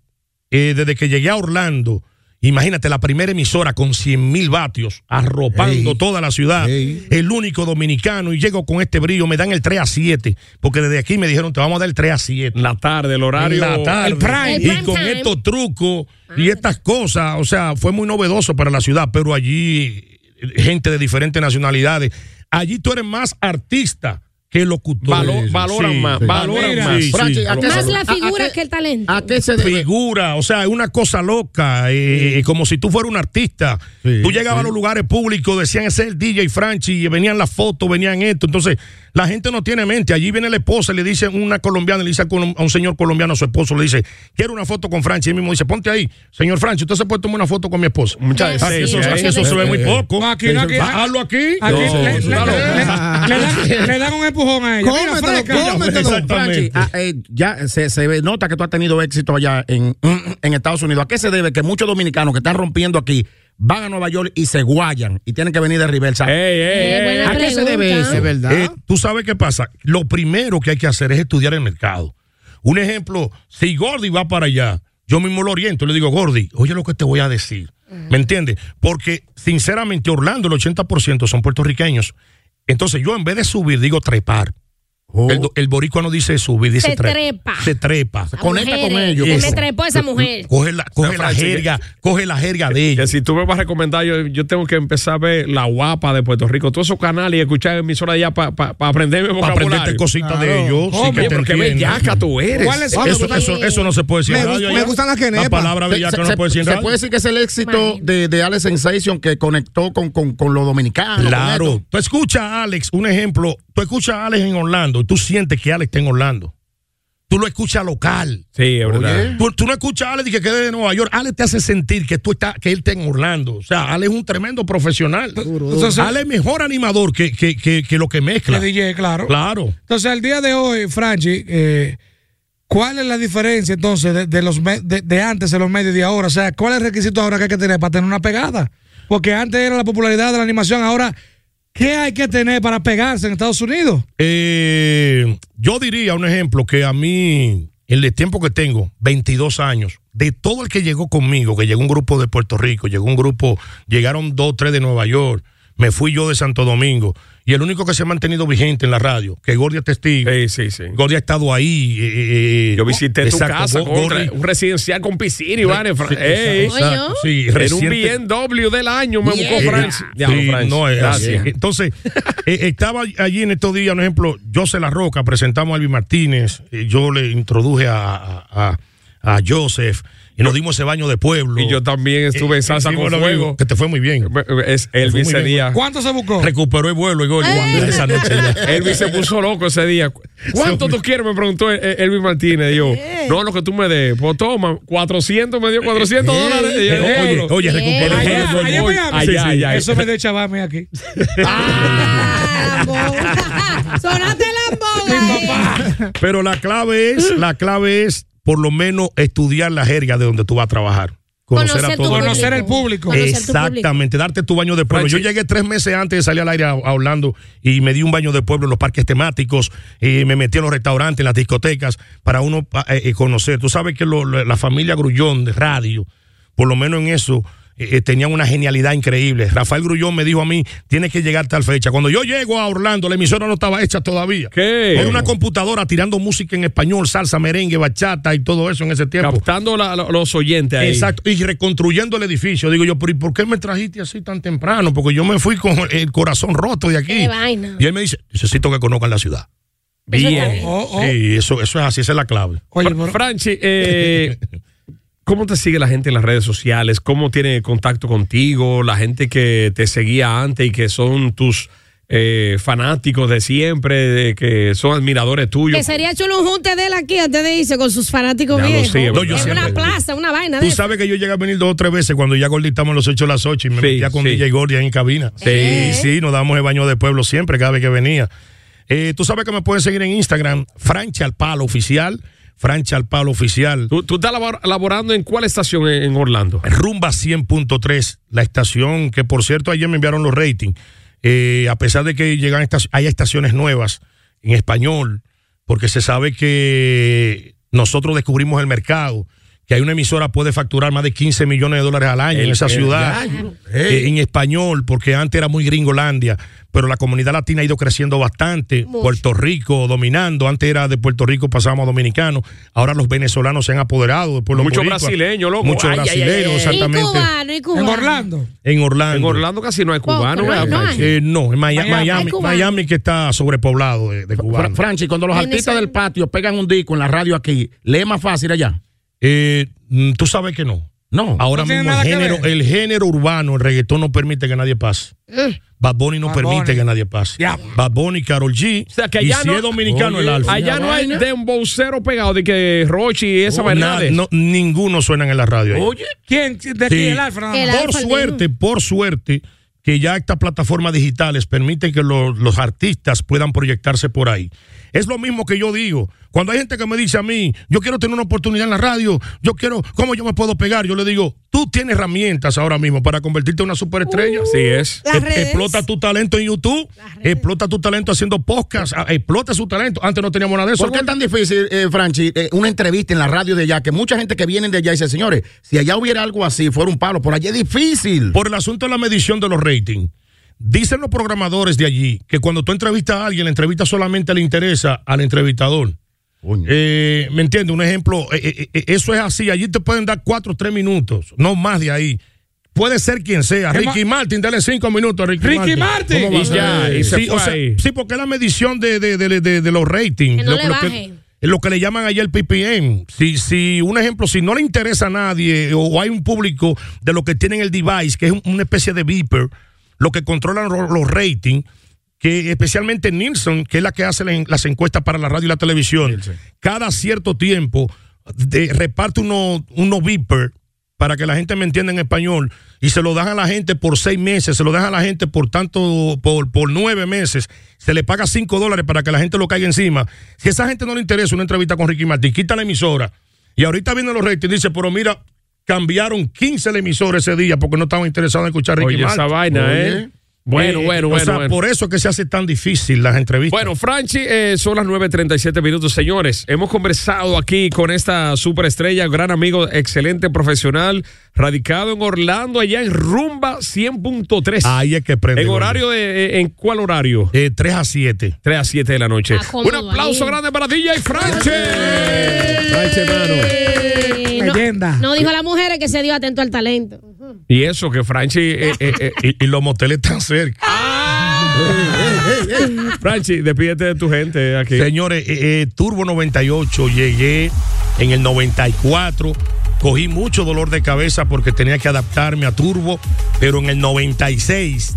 [SPEAKER 2] eh, desde que llegué a Orlando, imagínate la primera emisora con 100 mil vatios, arropando toda la ciudad, el único dominicano, y llego con este brillo, me dan el 3 a 7, porque desde aquí me dijeron, te vamos a dar el 3 a 7
[SPEAKER 3] La tarde, el horario.
[SPEAKER 2] en la tarde.
[SPEAKER 3] El prime.
[SPEAKER 4] El
[SPEAKER 2] y
[SPEAKER 4] prime
[SPEAKER 2] con
[SPEAKER 4] time. Ah.
[SPEAKER 2] estos trucos y estas cosas, o sea, fue muy novedoso para la ciudad, pero allí gente de diferentes nacionalidades, allí tú eres más artista que locutor.
[SPEAKER 3] Valo- valoran más, valoran
[SPEAKER 2] Mira,
[SPEAKER 3] más.
[SPEAKER 2] sí,
[SPEAKER 5] Franchi,
[SPEAKER 2] sí,
[SPEAKER 5] ¿a qué
[SPEAKER 4] Más
[SPEAKER 5] se-
[SPEAKER 4] la
[SPEAKER 5] a- a
[SPEAKER 4] figura
[SPEAKER 5] qué-
[SPEAKER 4] que el talento.
[SPEAKER 5] ¿A qué se debe?
[SPEAKER 2] figura, o sea, es una cosa loca, eh, eh, como si tú fueras un artista.
[SPEAKER 5] Sí,
[SPEAKER 2] tú llegabas a los lugares públicos, decían ese es el DJ Franchi, y venían las fotos, venían esto. Entonces, la gente no tiene mente. Allí viene la esposa, y le dice una colombiana, le dice al colom- a un señor colombiano, a su esposo, le dice, quiero una foto con Franchi. Y él mismo dice, ponte ahí, señor Franchi, usted se puede tomar una foto con mi esposa.
[SPEAKER 3] Muchas
[SPEAKER 2] Ah, que
[SPEAKER 3] gracias.
[SPEAKER 2] eso,
[SPEAKER 4] Sí,
[SPEAKER 2] ah, que
[SPEAKER 4] sí,
[SPEAKER 2] eso
[SPEAKER 4] sí.
[SPEAKER 2] se ve muy
[SPEAKER 5] Eh,
[SPEAKER 2] poco.
[SPEAKER 6] aquí, no, aquí.
[SPEAKER 2] Ah, hazlo aquí.
[SPEAKER 6] Aquí le,
[SPEAKER 2] No,
[SPEAKER 6] le-
[SPEAKER 2] eso
[SPEAKER 6] le-
[SPEAKER 2] está loco.
[SPEAKER 6] le- le dan, le dan un empujón a ella. Mira,
[SPEAKER 7] Cómetelo,
[SPEAKER 6] fresca.
[SPEAKER 7] cómetelo.
[SPEAKER 2] Exactamente.
[SPEAKER 5] Ah, eh, ya se, se ve- nota que tú has tenido éxito allá en, mm, en Estados Unidos. ¿A qué se debe que muchos dominicanos que están rompiendo aquí van a Nueva York y se guayan y tienen que venir de Riversa?
[SPEAKER 3] Ey, ey,
[SPEAKER 4] Eh,
[SPEAKER 3] ey.
[SPEAKER 4] buena
[SPEAKER 5] ¿A qué se debe
[SPEAKER 4] pregunta.
[SPEAKER 5] eso? Es verdad.
[SPEAKER 2] Eh, Tú sabes qué pasa. Lo primero que hay que hacer es estudiar el mercado. Un ejemplo, si Gordy va para allá, yo mismo lo oriento, le digo, Gordy, oye lo que te voy a decir. ¿Me entiendes? Porque, sinceramente, Orlando, el 80% son puertorriqueños. Entonces, yo en vez de subir, digo trepar. El, do- el boricua no dice subir, dice
[SPEAKER 4] Oh. Se
[SPEAKER 2] tre-
[SPEAKER 4] trepa.
[SPEAKER 2] Se trepa.
[SPEAKER 4] A
[SPEAKER 5] conecta con
[SPEAKER 4] mujeres.
[SPEAKER 5] ellos.
[SPEAKER 4] Se me
[SPEAKER 2] Eso. Mm,
[SPEAKER 4] trepó esa mujer.
[SPEAKER 2] Coge la, coge la
[SPEAKER 3] Francis,
[SPEAKER 2] jerga, coge la jerga de
[SPEAKER 3] Que
[SPEAKER 2] ellos.
[SPEAKER 3] si tú me vas a recomendar, yo, yo tengo que empezar a ver la guapa de Puerto Rico, todos esos canales y escuchar emisoras allá para aprenderme
[SPEAKER 2] Para
[SPEAKER 3] vocabulario.
[SPEAKER 2] aprenderte cositas de
[SPEAKER 6] Claro.
[SPEAKER 2] ellos. sí
[SPEAKER 3] Oye,
[SPEAKER 2] que te
[SPEAKER 3] pero qué
[SPEAKER 2] entiendan.
[SPEAKER 3] bellaca tú eres.
[SPEAKER 6] ¿Cuál es-
[SPEAKER 2] Eso,
[SPEAKER 6] Vamos,
[SPEAKER 2] eso,
[SPEAKER 4] vamos.
[SPEAKER 2] eso, no se puede decir
[SPEAKER 7] Me
[SPEAKER 2] en
[SPEAKER 7] gu-
[SPEAKER 2] radio
[SPEAKER 7] me
[SPEAKER 2] allá.
[SPEAKER 7] gustan las
[SPEAKER 2] La
[SPEAKER 7] genepas.
[SPEAKER 2] palabra
[SPEAKER 5] Se-
[SPEAKER 2] bellaca
[SPEAKER 5] se,
[SPEAKER 2] no
[SPEAKER 5] se-
[SPEAKER 2] se puede decir en
[SPEAKER 5] se
[SPEAKER 2] radio.
[SPEAKER 5] puede decir que es el éxito
[SPEAKER 4] Imagínate.
[SPEAKER 5] de, de Alex Sensation que conectó con, con, con los dominicanos. con
[SPEAKER 2] Claro.
[SPEAKER 5] esto.
[SPEAKER 2] Tú escuchas a Alex, un ejemplo. Tú escuchas a Alex en Orlando y tú sientes que Alex está en Orlando. Tú lo escuchas local.
[SPEAKER 3] Sí, es verdad.
[SPEAKER 2] Tú, tú no escuchas a Alex y que quede de Nueva York. Alex te hace sentir que tú está, que él está en Orlando. O sea, Alex es un tremendo profesional.
[SPEAKER 6] Entonces-
[SPEAKER 2] Alex es mejor animador que, que, que, que lo que mezcla.
[SPEAKER 6] Le DJ, claro.
[SPEAKER 2] Claro.
[SPEAKER 6] Entonces, al día de hoy, Franchi, eh, ¿cuál es la diferencia entonces de, de los me- de, de antes, de los medios de ahora? O sea, ¿cuál es el requisito ahora que hay que tener para tener una pegada? Porque antes era la popularidad de la animación, ahora, ¿qué hay que tener para pegarse en Estados Unidos?
[SPEAKER 2] Eh, yo diría un ejemplo que a mí, en el tiempo que tengo, 22 años, de todo el que llegó conmigo, que llegó un grupo de Puerto Rico, llegó un grupo, llegaron dos, tres de Nueva York, me fui yo de Santo Domingo, Y el único que se ha mantenido vigente en la radio, que Gordy es testigo.
[SPEAKER 3] Sí, sí, sí.
[SPEAKER 2] Gordy ha estado ahí. eh, eh,
[SPEAKER 3] Yo visité
[SPEAKER 2] exacto,
[SPEAKER 3] tu casa,
[SPEAKER 2] Go-
[SPEAKER 3] contra-
[SPEAKER 2] Gordy-
[SPEAKER 3] un residencial con piscina y vaina. Fran-
[SPEAKER 2] Sí,
[SPEAKER 3] Ey,
[SPEAKER 2] exacto, exacto, sí,
[SPEAKER 3] en un
[SPEAKER 2] reciente-
[SPEAKER 3] BMW del año me buscó
[SPEAKER 2] Eh,
[SPEAKER 3] Francis.
[SPEAKER 2] sí,
[SPEAKER 3] Diablo, Francis.
[SPEAKER 2] no, es así.
[SPEAKER 3] Gracias.
[SPEAKER 2] Entonces, eh, estaba allí en estos días, por ejemplo, José La Roca, presentamos a Alvin Martínez, eh, yo le introduje a, a, a- a Joseph y nos dimos ese baño de pueblo.
[SPEAKER 3] Y yo también estuve en salsa
[SPEAKER 2] Eh, hicimos
[SPEAKER 3] con
[SPEAKER 2] lo
[SPEAKER 3] fuego.
[SPEAKER 2] mismo, Que te fue muy bien.
[SPEAKER 3] Es
[SPEAKER 2] Fue
[SPEAKER 3] Elvis
[SPEAKER 2] muy
[SPEAKER 3] ese
[SPEAKER 2] bien.
[SPEAKER 3] día.
[SPEAKER 6] ¿Cuánto se buscó?
[SPEAKER 2] Recuperó el vuelo, Igor,
[SPEAKER 6] Eh.
[SPEAKER 2] cuando esa noche ya.
[SPEAKER 3] *laughs*
[SPEAKER 6] *laughs*
[SPEAKER 3] Elvis se puso loco ese día. ¿Cuánto tú quieres? Me preguntó eh, Elvis Martínez. Y yo,
[SPEAKER 2] Eh.
[SPEAKER 3] no, lo que tú me des. Pues toma, 400, me dio 400 dólares. Y yo,
[SPEAKER 2] Eh, Oye,
[SPEAKER 3] bueno.
[SPEAKER 2] oye,
[SPEAKER 4] Bien.
[SPEAKER 2] recuperó el
[SPEAKER 6] Allá,
[SPEAKER 2] vuelo.
[SPEAKER 6] allá en
[SPEAKER 3] voy.
[SPEAKER 6] Miami.
[SPEAKER 3] Allá,
[SPEAKER 6] Sí, sí.
[SPEAKER 3] allá.
[SPEAKER 6] Eso me dio chavame
[SPEAKER 2] *laughs*
[SPEAKER 6] aquí.
[SPEAKER 4] Ah, bo- *laughs* Sonate la bola. eh.
[SPEAKER 2] Pero la clave es, la clave es por lo menos estudiar la jerga de donde tú vas a trabajar. Conocer, a
[SPEAKER 4] tu
[SPEAKER 2] todo el mundo.
[SPEAKER 6] Conocer el público.
[SPEAKER 4] Conocer tu público.
[SPEAKER 2] Exactamente, darte tu baño de pueblo. Yo
[SPEAKER 3] Franchi-
[SPEAKER 2] llegué tres meses antes de salir al aire a, a Orlando y me di un baño de pueblo en los parques temáticos, eh, me metí en los restaurantes, en las discotecas, para uno pa- eh, eh, conocer. Tú sabes que lo- lo- la familia Grullón de radio, por lo menos en eso, eh, eh, tenían una genialidad increíble. Rafael Grullón me dijo a mí, tienes que llegar tal fecha. Cuando yo llego a Orlando, la emisora no estaba hecha todavía.
[SPEAKER 3] ¿Qué?
[SPEAKER 2] Era una computadora tirando música en español, salsa, merengue, bachata y todo eso en ese tiempo.
[SPEAKER 3] Captando la- la- los oyentes ahí.
[SPEAKER 2] Exacto, y reconstruyendo el edificio. Digo yo, pero ¿y por qué me trajiste así tan temprano? Porque yo me fui con el corazón roto de aquí.
[SPEAKER 4] Qué vaina.
[SPEAKER 2] Y él me dice, necesito que conozcan la ciudad.
[SPEAKER 3] Bien.
[SPEAKER 6] Oh, oh.
[SPEAKER 2] Sí, eso, eso es así, esa es la clave.
[SPEAKER 6] Oye,
[SPEAKER 3] Fra-
[SPEAKER 6] pero-
[SPEAKER 3] Franchi,
[SPEAKER 2] *laughs*
[SPEAKER 3] eh, ¿cómo te sigue la gente en las redes sociales? ¿Cómo tiene contacto contigo? La gente que te seguía antes y que son tus eh, fanáticos de siempre, de que son admiradores tuyos.
[SPEAKER 4] Que sería chulo un junte de él aquí antes de irse con sus fanáticos
[SPEAKER 3] Ya lo
[SPEAKER 4] viejos.
[SPEAKER 3] sé,
[SPEAKER 4] en
[SPEAKER 3] no, yo
[SPEAKER 4] una
[SPEAKER 3] siempre-
[SPEAKER 4] plaza, una vaina. De
[SPEAKER 2] Tú
[SPEAKER 4] esa.
[SPEAKER 2] sabes que yo llegué a venir dos o tres veces cuando ya gorditamos los 8 a las 8 y me
[SPEAKER 3] Sí,
[SPEAKER 2] metía con
[SPEAKER 3] sí.
[SPEAKER 2] DJ Gordy ahí en cabina.
[SPEAKER 4] Sí.
[SPEAKER 2] Y sí, nos damos el baño de pueblo siempre, cada vez que venía. Eh, Tú sabes que me pueden seguir en Instagram, Franchi al Palo Oficial, Franchi al Palo Oficial.
[SPEAKER 3] ¿Tú, tú estás labor- laborando en cuál estación en, en Orlando?
[SPEAKER 2] Rumba 100.3, la estación que por cierto ayer me enviaron los ratings. Eh, a pesar de que llegan estas, hay estaciones nuevas en español, porque se sabe que nosotros descubrimos el mercado, que hay una emisora puede facturar más de 15 millones de dólares al año en
[SPEAKER 3] El-
[SPEAKER 2] esa
[SPEAKER 3] el
[SPEAKER 2] ciudad, eh, en español, porque antes era muy gringolandia, pero la comunidad latina ha ido creciendo bastante,
[SPEAKER 4] Mucho.
[SPEAKER 2] Puerto Rico dominando, antes era de Puerto Rico pasamos a dominicano, ahora los venezolanos se han apoderado de pueblo
[SPEAKER 3] Mucho
[SPEAKER 2] boricuas.
[SPEAKER 3] brasileño, loco.
[SPEAKER 2] Mucho
[SPEAKER 3] Ay, ay, ay,
[SPEAKER 2] brasileño,
[SPEAKER 6] Eh,
[SPEAKER 3] ay, ay.
[SPEAKER 4] y
[SPEAKER 2] exactamente.
[SPEAKER 4] cubano, y
[SPEAKER 6] En
[SPEAKER 4] cubano.
[SPEAKER 6] Orlando.
[SPEAKER 2] En Orlando.
[SPEAKER 3] En Orlando casi no hay
[SPEAKER 4] Poco,
[SPEAKER 3] cubano.
[SPEAKER 4] no
[SPEAKER 3] ¿verdad,
[SPEAKER 4] hay, no
[SPEAKER 3] Franchi?
[SPEAKER 2] Eh, no, en Maya-
[SPEAKER 6] Miami.
[SPEAKER 2] Miami.
[SPEAKER 4] Hay
[SPEAKER 2] Miami,
[SPEAKER 4] cubanos.
[SPEAKER 2] que está sobrepoblado de, de
[SPEAKER 5] Fra-
[SPEAKER 2] cubanos.
[SPEAKER 5] Franchi, cuando los artistas
[SPEAKER 4] Venezuela.
[SPEAKER 5] del patio pegan un disco en la radio aquí, ¿le es más fácil allá?
[SPEAKER 2] Eh, mm, Tú sabes que no.
[SPEAKER 5] No.
[SPEAKER 2] Ahora
[SPEAKER 6] No tiene
[SPEAKER 2] mismo el
[SPEAKER 6] nada que
[SPEAKER 2] género,
[SPEAKER 6] ver.
[SPEAKER 2] el género urbano, el reggaetón no permite que nadie pase. Bad Bunny
[SPEAKER 6] Eh.
[SPEAKER 2] no
[SPEAKER 6] Bad
[SPEAKER 2] permite
[SPEAKER 6] Bunny.
[SPEAKER 2] que nadie pase.
[SPEAKER 6] Diablo.
[SPEAKER 2] Bad Bunny, Carol G.
[SPEAKER 3] O sea, que
[SPEAKER 2] y
[SPEAKER 3] allá
[SPEAKER 2] si
[SPEAKER 3] no-
[SPEAKER 2] es dominicano el
[SPEAKER 5] Oye,
[SPEAKER 2] alfa.
[SPEAKER 3] Allá no hay
[SPEAKER 5] Vaina.
[SPEAKER 3] dembowcero pegado de que Rochi y esa vaina.
[SPEAKER 2] Nada,
[SPEAKER 3] de-
[SPEAKER 2] Oh, no, ninguno suenan en la radio. ahí.
[SPEAKER 3] Oye.
[SPEAKER 6] ¿Quién? ¿De aquí
[SPEAKER 2] Sí.
[SPEAKER 6] el Alfa? nada
[SPEAKER 4] El
[SPEAKER 6] más.
[SPEAKER 4] Alfa.
[SPEAKER 2] por
[SPEAKER 4] el
[SPEAKER 2] suerte, por suerte, que ya estas plataformas digitales permiten que lo- los artistas puedan proyectarse por ahí. Es lo mismo que yo digo. Cuando hay gente que me dice a mí, yo quiero tener una oportunidad en la radio, yo quiero, ¿cómo yo me puedo pegar? Yo le digo, tú tienes herramientas ahora mismo para convertirte en una superestrella.
[SPEAKER 3] Así es.
[SPEAKER 2] E- Explota tu talento en YouTube, explota tu talento haciendo podcast, a- explota su talento. Antes no teníamos nada de eso.
[SPEAKER 5] ¿Por qué es tan difícil, eh, Franchi, eh, una entrevista en la radio de allá? Que mucha gente que viene de allá dice, señores, si allá hubiera algo así, fuera un palo, por allá es difícil.
[SPEAKER 2] por el asunto de la medición de los ratings. Dicen los programadores de allí que cuando tú entrevistas a alguien, la entrevista solamente le interesa al entrevistador.
[SPEAKER 5] Coño.
[SPEAKER 2] Eh, ¿Me entiendes? Un ejemplo, eh, eh, eh, eso es así. Allí te pueden dar cuatro o tres minutos, no más de ahí. Puede ser quien sea.
[SPEAKER 6] ¿Qué ma-
[SPEAKER 2] Ricky Martin, dale cinco minutos a Ricky,
[SPEAKER 6] Ricky Martin.
[SPEAKER 2] ¿Cómo va a
[SPEAKER 3] Y
[SPEAKER 2] ser?
[SPEAKER 3] ya, y se
[SPEAKER 2] sí,
[SPEAKER 3] fue
[SPEAKER 2] o sea,
[SPEAKER 3] ahí.
[SPEAKER 2] sí, porque es la medición de, de- de- de- de los ratings.
[SPEAKER 4] Que no
[SPEAKER 2] lo,
[SPEAKER 4] le
[SPEAKER 2] lo que,
[SPEAKER 4] baje.
[SPEAKER 2] lo que le llaman allá el PPM. Si, si, un ejemplo, si no le interesa a nadie o hay un público de lo que tienen el device, que es un- una especie de beeper, lo que controlan ro- los ratings, que especialmente Nielsen, que es la que hace la en- las encuestas para la radio y la televisión, cada cierto tiempo de- reparte unos uno beeper para que la gente me entienda en español, y se lo dan a la gente por seis meses, se lo dan a la gente por tanto, por, por nueve meses, se le paga cinco dólares para que la gente lo caiga encima. Si a esa gente no le interesa una entrevista con Ricky Martin, quita la emisora. Y ahorita vienen los ratings y dice, pero mira, cambiaron 15 la emisora ese día porque no estaban interesados en escuchar a Ricky
[SPEAKER 3] Oye, esa
[SPEAKER 2] Martin.
[SPEAKER 3] vaina, ¿eh? Bueno, bueno,
[SPEAKER 2] o
[SPEAKER 3] bueno,
[SPEAKER 2] sea,
[SPEAKER 3] bueno.
[SPEAKER 2] por eso es que se hace tan difícil las entrevistas.
[SPEAKER 3] Bueno, Franchi, eh, son las 9.37 minutos, señores. Hemos conversado aquí con esta superestrella, gran amigo, excelente profesional, radicado en Orlando, allá en Rumba 100.3.
[SPEAKER 2] ahí es que prende.
[SPEAKER 3] ¿En
[SPEAKER 2] Gordo.
[SPEAKER 3] horario de, en cuál horario?
[SPEAKER 2] Eh, 3 a 7.
[SPEAKER 3] 3 a 7 de la noche.
[SPEAKER 4] Ah, cómodo
[SPEAKER 3] Un aplauso
[SPEAKER 4] ahí.
[SPEAKER 3] grande para DJ Franchi.
[SPEAKER 4] Franchi, Eh, no-
[SPEAKER 6] Leyenda.
[SPEAKER 4] No, dijo la mujer que se dio atento al talento.
[SPEAKER 3] Y eso, que Franchi... eh, eh, eh,
[SPEAKER 2] Y, y los moteles están cerca.
[SPEAKER 3] Franchi, despídete de tu gente aquí.
[SPEAKER 2] Señores, eh, eh, Turbo 98, llegué en el 94. Cogí mucho dolor de cabeza porque tenía que adaptarme a Turbo, pero en el 96,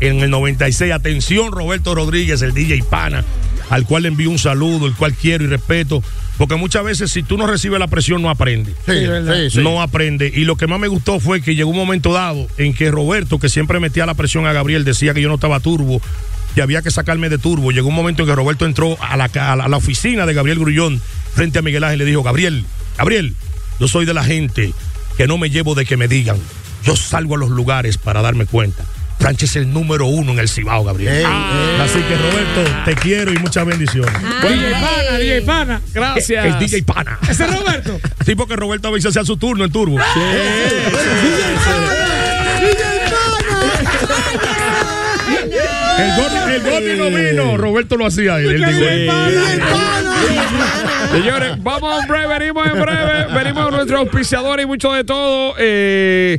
[SPEAKER 2] en el 96, atención Roberto Rodríguez, el DJ Pana, al cual le envío un saludo, el cual quiero y respeto, porque muchas veces si tú no recibes la presión no aprendes.
[SPEAKER 5] Sí, sí, sí.
[SPEAKER 2] no aprende. Y lo que más me gustó fue que llegó un momento dado en que Roberto, que siempre metía la presión a Gabriel, decía que yo no estaba turbo, que había que sacarme de turbo. Llegó un momento en que Roberto entró a la, ca- a la- a la oficina de Gabriel Grullón frente a Miguel Ángel y le dijo, Gabriel, Gabriel, yo soy de la gente que no me llevo de que me digan. Yo salgo a los lugares para darme cuenta. Franchi es el número uno en el Cibao, Gabriel.
[SPEAKER 5] Ey,
[SPEAKER 2] Ah, Así que Roberto, te quiero y muchas bendiciones.
[SPEAKER 6] DJ Pana, DJ Pana.
[SPEAKER 3] Gracias.
[SPEAKER 2] El DJ Pana.
[SPEAKER 6] Ese es Roberto.
[SPEAKER 2] Sí, porque Roberto a veces hacía su turno en turbo. Eh, El Gordi, el Gordi no vino, Roberto lo hacía él. él dijo, eh,
[SPEAKER 3] Señores, vamos a un breve, venimos en breve, venimos a nuestro auspiciador y mucho de todo. eh,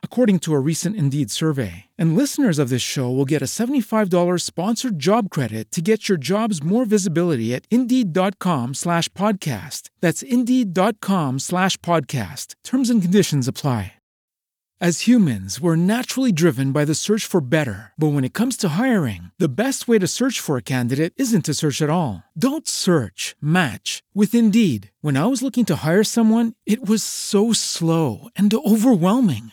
[SPEAKER 9] according to a recent Indeed survey. And listeners of this show will get a $75 sponsored job credit to get your jobs more visibility at Indeed.com slash podcast. That's Indeed.com slash podcast. Terms and conditions apply. As humans, we're naturally driven by the search for better. But when it comes to hiring, the best way to search for a candidate isn't to search at all. Don't search, match with Indeed. When I was looking to hire someone, it was so slow and overwhelming.